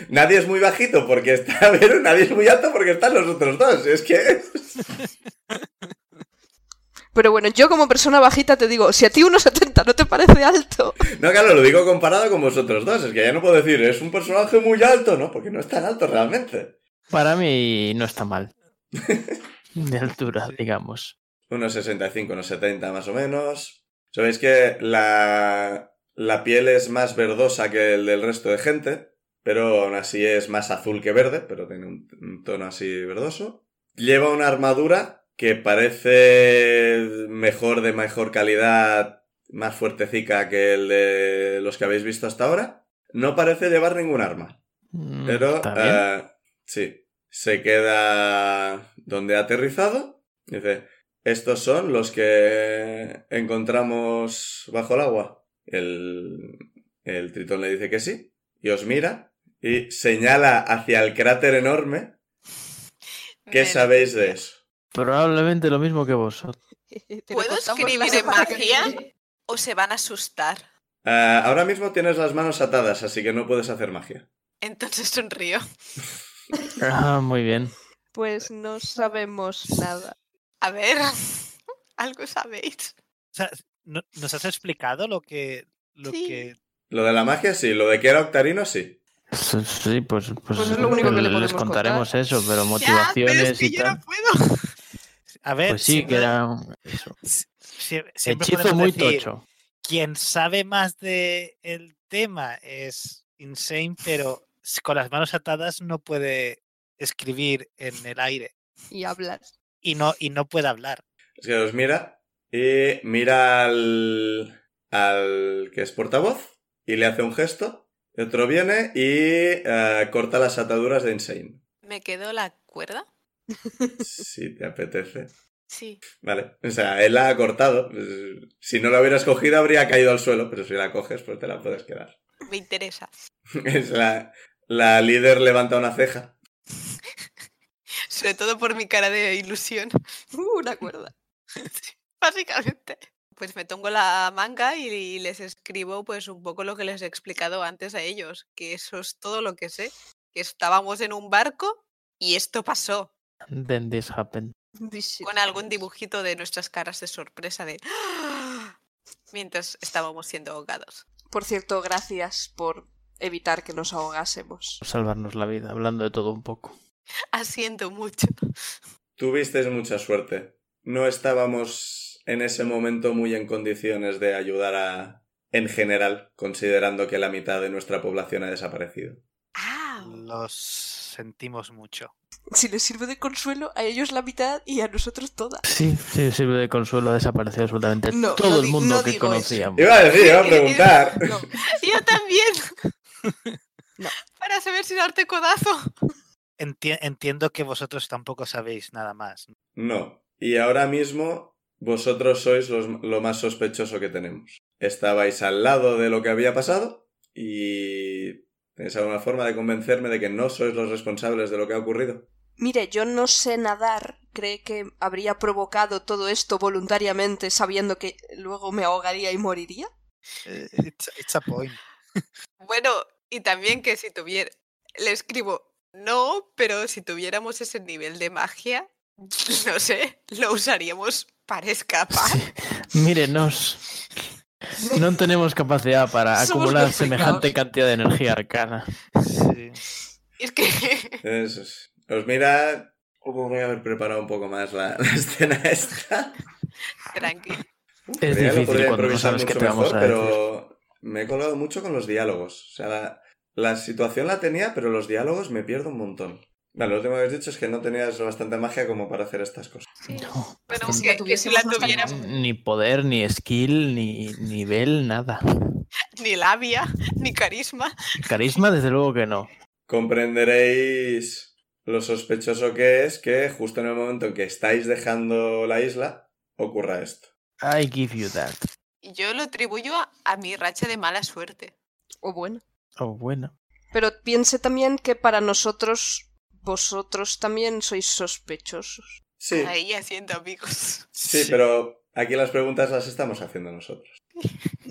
Nadie es muy bajito porque está [LAUGHS] Vero, nadie es muy alto porque están los otros dos. Es que Pero bueno, yo como persona bajita te digo, si a ti 1,70 no te parece alto, No, claro, lo digo comparado con vosotros dos. Es que ya no puedo decir, es un personaje muy alto, ¿no? Porque no es tan alto realmente. Para mí no está [LAUGHS] mal. De altura, digamos. unos 65, unos 70 más o menos. Sabéis que la, la piel es más verdosa que el del resto de gente, pero aún así es más azul que verde, pero tiene un, un tono así verdoso. Lleva una armadura que parece mejor, de mejor calidad, más fuertecica que el de los que habéis visto hasta ahora. No parece llevar ningún arma. Mm, Pero, está bien. eh, sí, se queda donde ha aterrizado. Dice, estos son los que encontramos bajo el agua. El, el tritón le dice que sí, y os mira, y señala hacia el cráter enorme. ¿Qué Me- sabéis de eso? Probablemente lo mismo que vosotros. [LAUGHS] te ¿Puedo contamos escribir la en semana que magia? viene. ¿O se van a asustar? Eh, ahora mismo tienes las manos atadas, así que no puedes hacer magia. Entonces sonrío. Ah, muy bien. Pues no sabemos nada. A ver, [LAUGHS] algo sabéis. O sea, ¿no- ¿Nos has explicado lo que, lo Sí. que Lo de la magia sí, lo de que era octarino sí. Sí, Sí, pues, pues, es lo único que le les podemos contaremos eso, pero Ya, pero motivaciones es que y yo tal. no puedo. A ver, Pues sí, siempre- que era un eso. sie- siempre hechizo podemos muy decir, tocho. Quien sabe más de el tema es Insane, pero s- con las manos atadas no puede escribir en el aire Y hablas. y no, y no puede hablar. Es que los mira y mira al, al que es portavoz y le hace un gesto. Y otro viene y eh, corta las ataduras de Insane. ¿Me quedó la cuerda? Si te apetece. Sí. Vale. O sea, él la ha cortado. Si no la hubieras cogido habría caído al suelo, pero si la coges pues te la puedes quedar. [LAUGHS] Me interesa. Es la, la líder levanta una ceja. Sobre todo por mi cara de ilusión. [LAUGHS] Uh, una cuerda. Básicamente. Pues me tomo la manga y les escribo pues un poco lo que les he explicado antes a ellos, que eso es todo lo que sé, que estábamos en un barco y esto pasó, Then this happened. This shit con algún happens. dibujito de nuestras caras de sorpresa de [GASPS] "Ah", mientras estábamos siendo ahogados. Por cierto, gracias por evitar que nos ahogásemos. Salvarnos la vida, hablando de todo un poco. Asiento mucho. Tuvisteis mucha suerte. No estábamos en ese momento muy en condiciones de ayudar a... en general, considerando que la mitad de nuestra población ha desaparecido. Ah, Los sentimos mucho. Si les sirve de consuelo, a ellos la mitad y a nosotros toda. Sí, sí, sirve de consuelo, ha desaparecido absolutamente No, todo no el di- mundo no que digo eso. conocíamos. Iba a decir, iba a preguntar. No, [LAUGHS] yo también. No. [LAUGHS] Para saber si darte codazo. Enti- entiendo que vosotros tampoco sabéis nada más. ¿no? No. Y ahora mismo vosotros sois los- lo más sospechoso que tenemos. Estabais al lado de lo que había pasado y... ¿Tenéis alguna forma de convencerme de que no sois los responsables de lo que ha ocurrido? [LAUGHS] Mire, yo no sé nadar. ¿Cree que habría provocado todo esto voluntariamente sabiendo que luego me ahogaría y moriría? Eh, It's, it's a point. Bueno, y también que si tuviera, le escribo, no, pero si tuviéramos ese nivel de magia, [LAUGHS] no sé, lo usaríamos para escapar. Mírenos. No tenemos capacidad para Somos acumular complicados. semejante cantidad de energía arcana. Sí. [LAUGHS] Es que [LAUGHS] Eso es. Os mira... ¿Cómo voy a haber preparado un poco más la- [LAUGHS] la escena esta? tranqui. Es Podría- lo difícil podría cuando no improvisar sabes qué mucho te vamos mejor, a decir. Pero me he colado mucho con los diálogos. O sea, la, la situación la tenía, pero los diálogos me pierdo un montón. Vale, lo último que has dicho es que no tenías bastante magia como para hacer estas cosas. No, Bueno, que si que, la que pues, si la tuviésemos no estaríamos. tuviéramos Ni poder, ni skill, ni nivel, nada. [LAUGHS] ni labia, [LAUGHS] ni carisma. Carisma, desde luego que no. Comprenderéis lo sospechoso que es que justo en el momento en que estáis dejando la isla, ocurra esto. I give you that. Y yo lo atribuyo a, a mi racha de mala suerte. O bueno. Oh, bueno. Pero piense también que para nosotros, vosotros también sois sospechosos. Sí, Ahí haciendo amigos. [LAUGHS] sí, pero aquí las preguntas las estamos haciendo nosotros.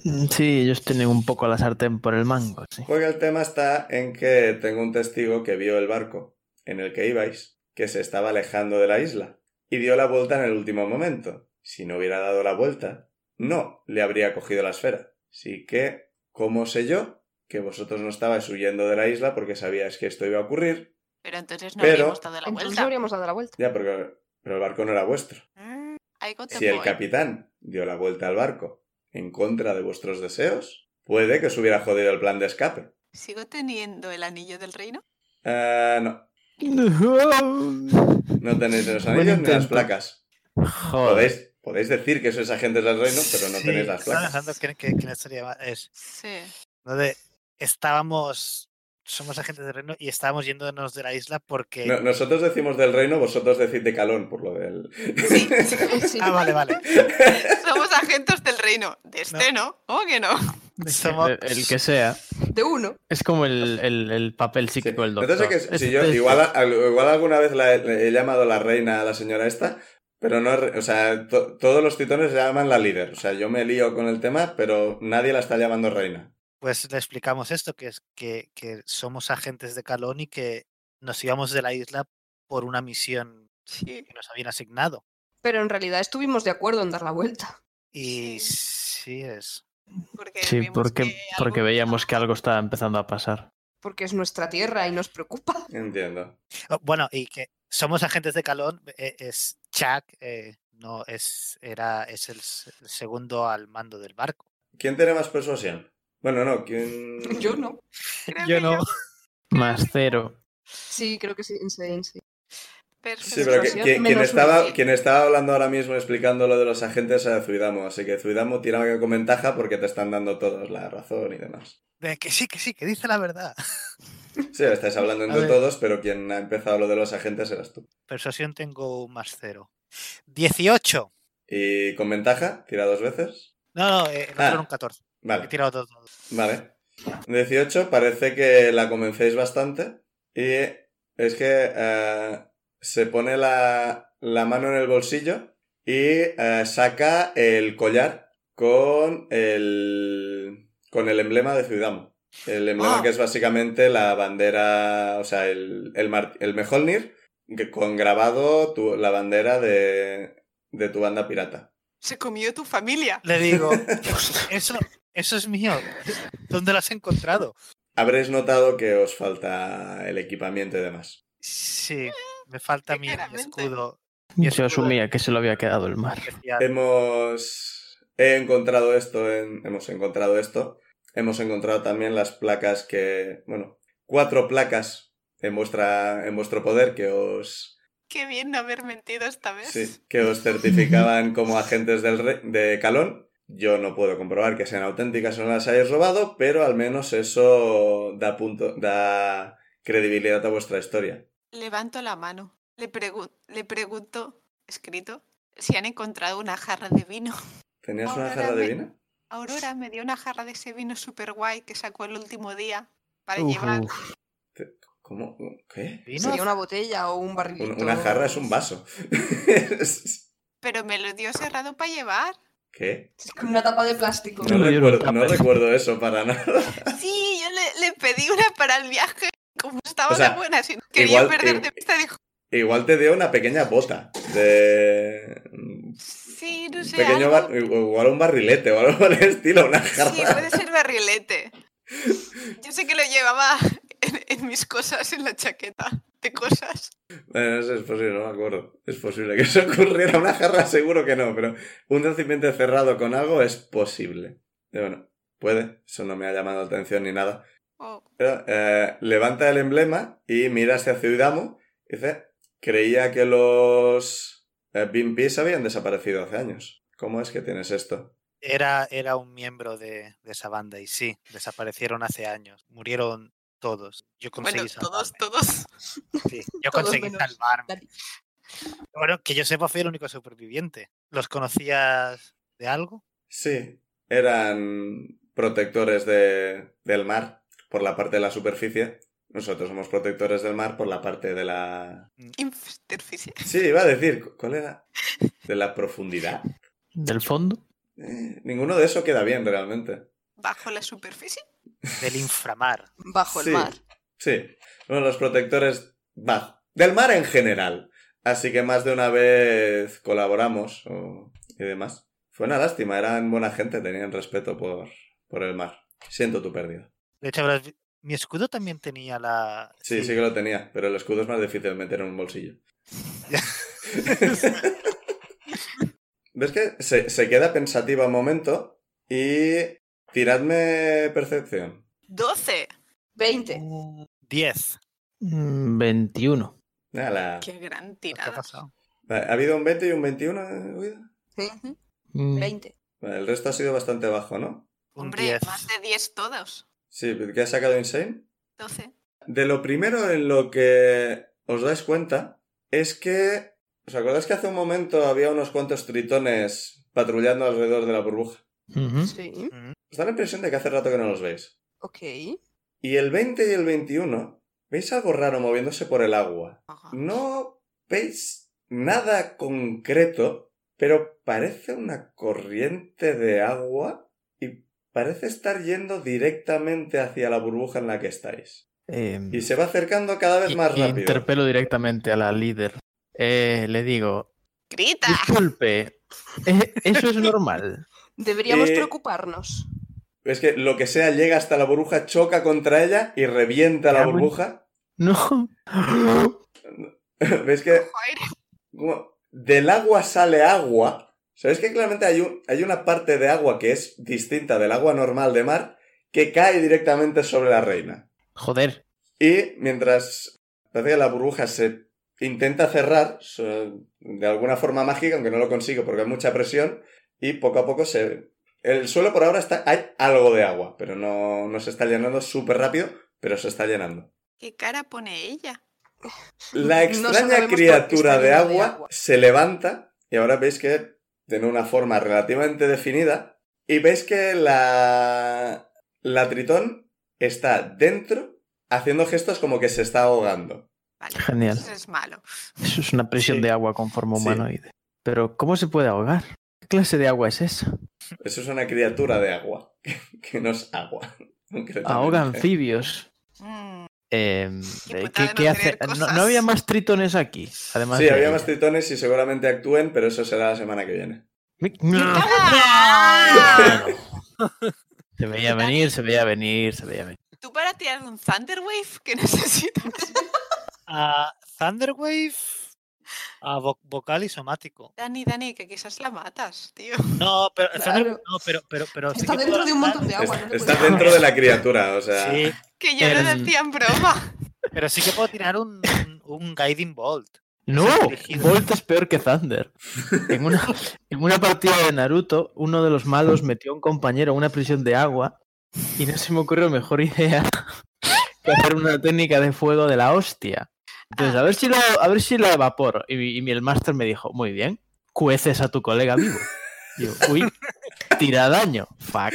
Mm, Sí, ellos tienen un poco la sartén por el mango, sí. Porque el tema está en que tengo un testigo que vio el barco en el que ibais, que se estaba alejando de la isla, y dio la vuelta en el último momento. Si no hubiera dado la vuelta, no le habría cogido la esfera. Así que, ¿cómo sé yo que vosotros no estabais huyendo de la isla porque sabíais que esto iba a ocurrir? Pero entonces no Pero- habríamos dado la Entonces vuelta. habríamos dado la [LAUGHS] vuelta. Ya, porque pero el barco no era vuestro. Mm, Si ahí el contempo, ¿eh? capitán dio la vuelta al barco en contra de vuestros deseos, puede que os hubiera jodido el plan de escape. ¿Sigo teniendo el anillo del reino? Ah, no. No tenéis los Buen anillos ni las intento. placas. Joder. Podéis, podéis decir que sois agentes del reino, pero no Sí, tenéis las estaba placas. pensando que, que- que no estaría mal. Es, Sí. ¿no? de, estábamos, somos agentes de reino y estábamos yéndonos de la isla porque... No- nosotros decimos del reino, vosotros decís de calón, por lo del. [LAUGHS] Sí, Sí. Ah, vale, [LAUGHS] vale. Somos agentes del reino. De este no. ¿Cómo que no? Somos- El, el que sea. De uno. Es como el, el- el papel Sí. psíquico del doctor. Entonces, que si Es- yo, este. es- igual, a- igual alguna vez la he, le he llamado la reina a la señora esta, pero no. es re- O sea, to- todos los titones la llaman la líder. O sea, yo me lío con el tema, pero nadie la está llamando reina. Pues le explicamos esto, que es que, que somos agentes de Calón y que nos íbamos de la isla por una misión que nos habían asignado. Pero en realidad estuvimos de acuerdo en dar la vuelta. Y sí es. Porque Sí, vimos porque, que porque algo- veíamos que algo estaba empezando a pasar. Porque es nuestra tierra y nos preocupa. [LAUGHS] Entiendo. Oh, Bueno, y que somos agentes de Calón, eh, es Chuck, eh, no es, era, es el, s- el segundo al mando del barco. ¿Quién tiene más persuasión? Bueno, no, ¿quién...? Yo no. Creo que yo- Más cero. Sí, creo que sí, sí, sí. Sí, pero que- Persuasión que- quien, menos estaba, uno. quien estaba hablando ahora mismo explicando lo de los agentes era Zuidamo, así que Zuidamo tira con ventaja porque te están dando todos la razón y demás. De que sí, que sí, que dice la verdad. Sí, estáis hablando A entre ver. todos, pero quien ha empezado lo de los agentes eras tú. Persuasión tengo un más cero. 18. Y con ventaja, tira dos veces. No, no, eh, el otro Ah. era un 14. He Vale, tirado dos dados. vale. 18, parece que la convencéis bastante. Y es que eh, se pone la, la mano en el bolsillo y eh, saca el collar con el, con el emblema de Ciudadamo. El emblema Ah. que es básicamente la bandera, o sea, el, el, mar- el Mjolnir, que- con grabado tu- la bandera de, de tu banda pirata. Se comió tu familia. Le digo, eso, eso es mío. ¿Dónde lo has encontrado? Habréis notado que os falta el equipamiento y demás. Sí, me falta mi, mi Claramente. escudo. Y Yo escudo. asumía que se lo había quedado el mar. especial. Hemos he encontrado esto en- hemos encontrado esto. Hemos encontrado también las placas que, bueno, cuatro placas en vuestra en vuestro poder que os Qué bien no haber mentido esta vez. sí, que os certificaban como agentes del re- de Calón. Yo no puedo comprobar que sean auténticas o no las hayáis robado, pero al menos eso da punto da credibilidad a vuestra historia. Levanto la mano. Le, pregun- le pregunto, escrito, si han encontrado una jarra de vino. [LAUGHS] ¿Tenías una Ahora jarra de me- vino? Aurora me dio una jarra de ese vino super guay que sacó el último día para llevar. Uf. ¿Cómo? ¿Qué? Vino, Sería una botella o un barrilito. Un- Una jarra es un vaso. [LAUGHS] Pero me lo dio cerrado para llevar. ¿Qué? Con una tapa de plástico. Yo No, me dieron recuerdo, no tupper. recuerdo eso para nada. [LAUGHS] Sí, yo le, le pedí una para el viaje. Como estaba O sea, de buena, si no quería igual- eh, perder i- de vista, dijo, Igual te dio una pequeña bota de... un sí, no sé, Pequeño algo. bar- Igual un barrilete o algo [LAUGHS] por el estilo, una Sí, jarra. [LAUGHS] puede ser barrilete. Yo sé que lo llevaba [LAUGHS] en, en mis cosas, en la chaqueta de cosas. Bueno, Eh, eso es posible, no me acuerdo. Es posible que eso ocurriera. Una jarra seguro que no, pero un recipiente cerrado con algo es posible. Y bueno, puede. Eso no me ha llamado la atención ni nada. Oh, Pero, eh, levanta el emblema y mira hacia Ciudadamo y dice, creía que los eh, Bean Peas habían desaparecido hace años. ¿Cómo es que tienes esto? era, era un miembro de, de esa banda y sí, desaparecieron hace años. Murieron todos. Yo conseguí bueno, todos, salvarme. todos. [LAUGHS] sí, yo todos conseguí menos salvarme. Dani. Bueno, que yo sepa, fui el único superviviente. ¿Los conocías de algo? Sí, eran protectores de, del mar por la parte de la superficie. Nosotros somos protectores del mar por la parte de la... Interficie. Sí, iba a decir, cu- ¿cuál era? De la profundidad. Del fondo. Eh, ninguno de eso queda bien realmente. Bajo la superficie. Del inframar. Bajo Sí. el mar. Sí, uno de los protectores va, del mar en general. Así que más de una vez colaboramos o- y demás. Fue una lástima, eran buena gente, tenían respeto por, por el mar. Siento tu pérdida. De hecho, habrás vi- mi escudo también tenía la. Sí, sí, que lo tenía, pero el escudo es más difícil de meter en un bolsillo. ¿Ves que se, se queda pensativa un momento y tiradme percepción? 12. Mm. 20. 10. Mm, 21. Ala. Qué gran ¿Qué ha tirada. pasado? Ha ha habido un 20 y un 21 en huida? Sí, Mm, 20. Vale, el resto ha sido bastante bajo, ¿no? Un Hombre, 10. más de 10 todos. Sí, ¿qué ha sacado Insane? 12. De lo primero en lo que os dais cuenta es que... ¿Os acordáis que hace un momento había unos cuantos tritones patrullando alrededor de la burbuja? ujú. Sí. Mm, Os da la impresión de que hace rato que no los veis. Ok. Y el 20 y el 21, veis algo raro moviéndose por el agua. Ajá. No veis nada concreto, pero parece una corriente de agua y parece estar yendo directamente hacia la burbuja en la que estáis. Eh, Y se va acercando cada vez y- más y rápido. interpelo directamente a la líder. Eh, le digo, ¡Grita! disculpe, ¿e- eso es normal. Deberíamos Eh, preocuparnos. Es que lo que sea llega hasta la burbuja, choca contra ella y revienta la Ah, bueno. burbuja. [LAUGHS] No. [GASPS] ¿Ves que Joder. como del agua sale agua? ¿Sabes que claramente hay, un- hay una parte de agua que es distinta del agua normal de mar que cae directamente sobre la reina? Joder. Y mientras parece que la burbuja se intenta cerrar so- de alguna forma mágica, aunque no lo consigo porque hay mucha presión, y poco a poco se... El suelo por ahora está... Hay algo de agua, pero no, no se está llenando súper rápido, pero se está llenando. ¿Qué cara pone ella? La No sabemos extraña por qué criatura está de lleno de agua, agua. se levanta y ahora veis que tiene una forma relativamente definida y veis que la la tritón está dentro haciendo gestos como que se está ahogando. Vale, Genial. eso es malo. Eso es una presión Sí. de agua con forma Sí. humanoide. Pero, ¿cómo se puede ahogar? ¿Qué clase de agua es esa? Eso es una criatura de agua, [LAUGHS] que no es agua. [LAUGHS] concretamente. Ahoga anfibios. Mm, Eh, Qué eh, putada ¿qué- no qué hace? tener ¿No- ¿No, cosas. había más tritones aquí. Además Sí, de había ella. más tritones y seguramente actúen, pero eso será la semana que viene. Mi- no. ¡Ah! Se veía venir, se veía venir, se veía venir. ¿Tú para tirar un Thunderwave que [LAUGHS] necesitas? A Thunderwave, a vo- vocal isomático. Dani, Dani, que quizás la matas, tío. No, pero Thunderwave Claro. no, pero, pero, pero sí Está que dentro puedo de un montón de agua. lanzar- Es- no le está puedes- dentro de la criatura, o sea... Sí, Que yo lo Em. decía en broma. pero sí que puedo tirar un, un- un Guiding Bolt. No, dirigido. Volt es peor que Thunder. En una, en una partida de Naruto, uno de los malos metió a un compañero a una prisión de agua y no se me ocurrió mejor idea que hacer una técnica de fuego de la hostia. Entonces, a ver si lo, a ver si lo evaporo. Y, mi- y mi- el máster me dijo, muy bien, cueces a tu colega vivo. Y yo, uy, tira daño. Fuck.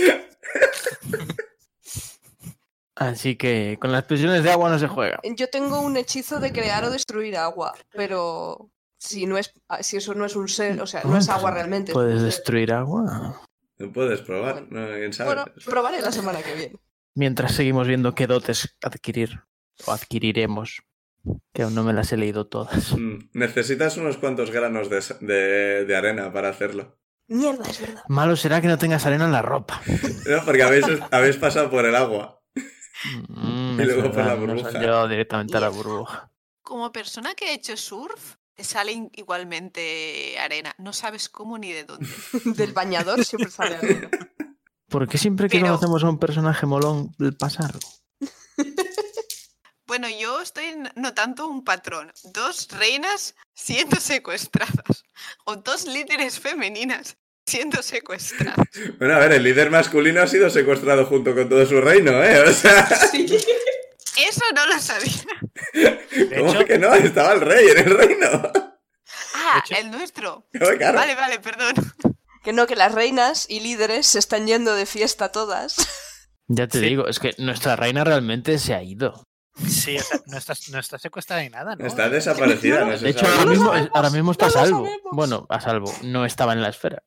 Así que con las prisiones de agua no se juega. Yo tengo un hechizo de crear o destruir agua, pero si no es ah, si eso no es un ser, o sea, no es agua realmente. es un ¿Puedes ser. destruir agua? No puedes probar, no, quién sabe. pues, Bueno, probaré la semana que viene. Mientras seguimos viendo qué dotes adquirir o adquiriremos, que aún no me las he leído todas. Mm, Necesitas unos cuantos granos de, sa- de- de arena para hacerlo. Mierda, es verdad. Malo será que no tengas arena en la ropa. No, porque habéis, habéis pasado por el agua. [LAUGHS] Mm, Y es luego por la verdad, nos han burbuja. llevado directamente a la burbuja. Como persona que ha hecho surf, te sale in- igualmente arena. No sabes cómo ni de [LAUGHS] dónde. Del bañador siempre sale algo. [LAUGHS] ¿Por qué siempre que Pero- conocemos a un personaje molón el pasar? Bueno, yo estoy n- notando un patrón. Dos reinas siendo secuestradas. O dos líderes femeninas [LAUGHS] siendo secuestradas. Bueno, a ver, el líder masculino ha sido secuestrado junto con todo su reino, ¿eh? O sea, Sí. Eso no lo sabía. De ¿cómo hecho, que no? Estaba el rey en el reino. [LAUGHS] Ah, el nuestro. Claro, claro. Vale, [LAUGHS] vale, perdón. Que no, que las reinas y líderes se están yendo de fiesta todas. Ya te Sí. digo, es que nuestra reina realmente se ha ido. sí, o sea, no, está, no está secuestrada ni nada, ¿no? Está desaparecida, no De se hecho, sabe. No ahora lo mismo, sabemos, ahora mismo está no a lo salvo. sabemos. Bueno, a salvo. No estaba en la esfera.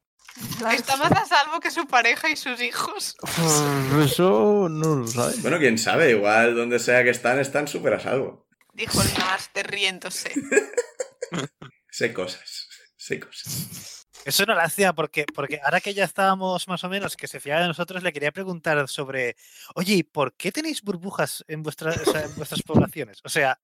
Está más a salvo que su pareja y sus hijos. Eso no lo sabes. Bueno, quién sabe, igual donde sea que están, están súper a salvo. Dijo el máster riéndose. [LAUGHS] Sé cosas, sé cosas. Es una lástima porque, porque ahora que ya estábamos más o menos que se fiaba de nosotros, le quería preguntar sobre, oye, ¿y por qué tenéis burbujas en, vuestra- o sea, en vuestras poblaciones? O sea,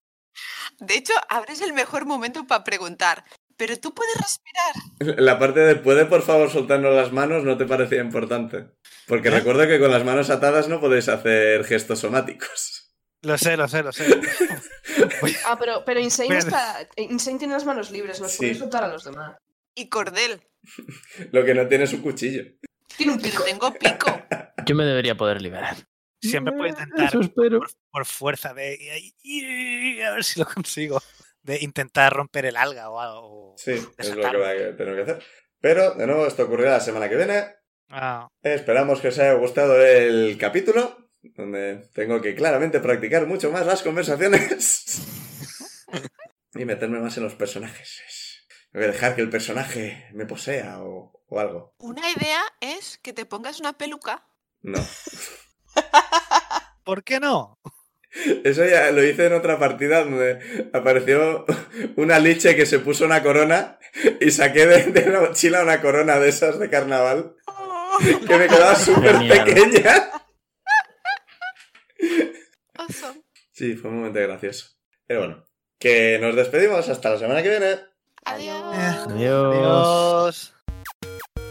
De hecho, ahora es el mejor momento para preguntar. Pero tú puedes respirar. La parte de ¿puede por favor soltarnos las manos? no te parecía importante. Porque ¿Eh? recuerdo que con las manos atadas no podéis hacer gestos somáticos. lo sé, lo sé, [LAUGHS] lo sé. Voy- Ah, pero, pero Insane, Pero- está, Insane tiene las manos libres, los Sí. puede soltar a los demás. Y cordel. Lo que no tiene es un cuchillo. Tiene un Pero pico. tengo pico. Yo me debería poder liberar. Siempre puedo intentar Eso espero. por, por fuerza de, y- y- y- a ver si lo [LAUGHS] consigo, de intentar romper el alga o algo. o- Sí, es lo que desatarlo. va a tener que hacer. Pero, de nuevo, esto ocurrirá la semana que viene. Ah, Esperamos que os haya gustado el capítulo, donde tengo que claramente practicar mucho más las conversaciones y meterme más en los personajes. Es- Voy a dejar que el personaje me posea o, o algo. Una idea es que te pongas una peluca No. ¿Por qué no? Eso ya lo hice en otra partida donde apareció una liche que se puso una corona y saqué de, de la mochila una corona de esas de carnaval que me quedaba súper Genial. pequeña. Awesome. Sí, fue un momento gracioso. Pero bueno, que nos despedimos hasta la semana que viene. Adiós. Adiós. Adiós.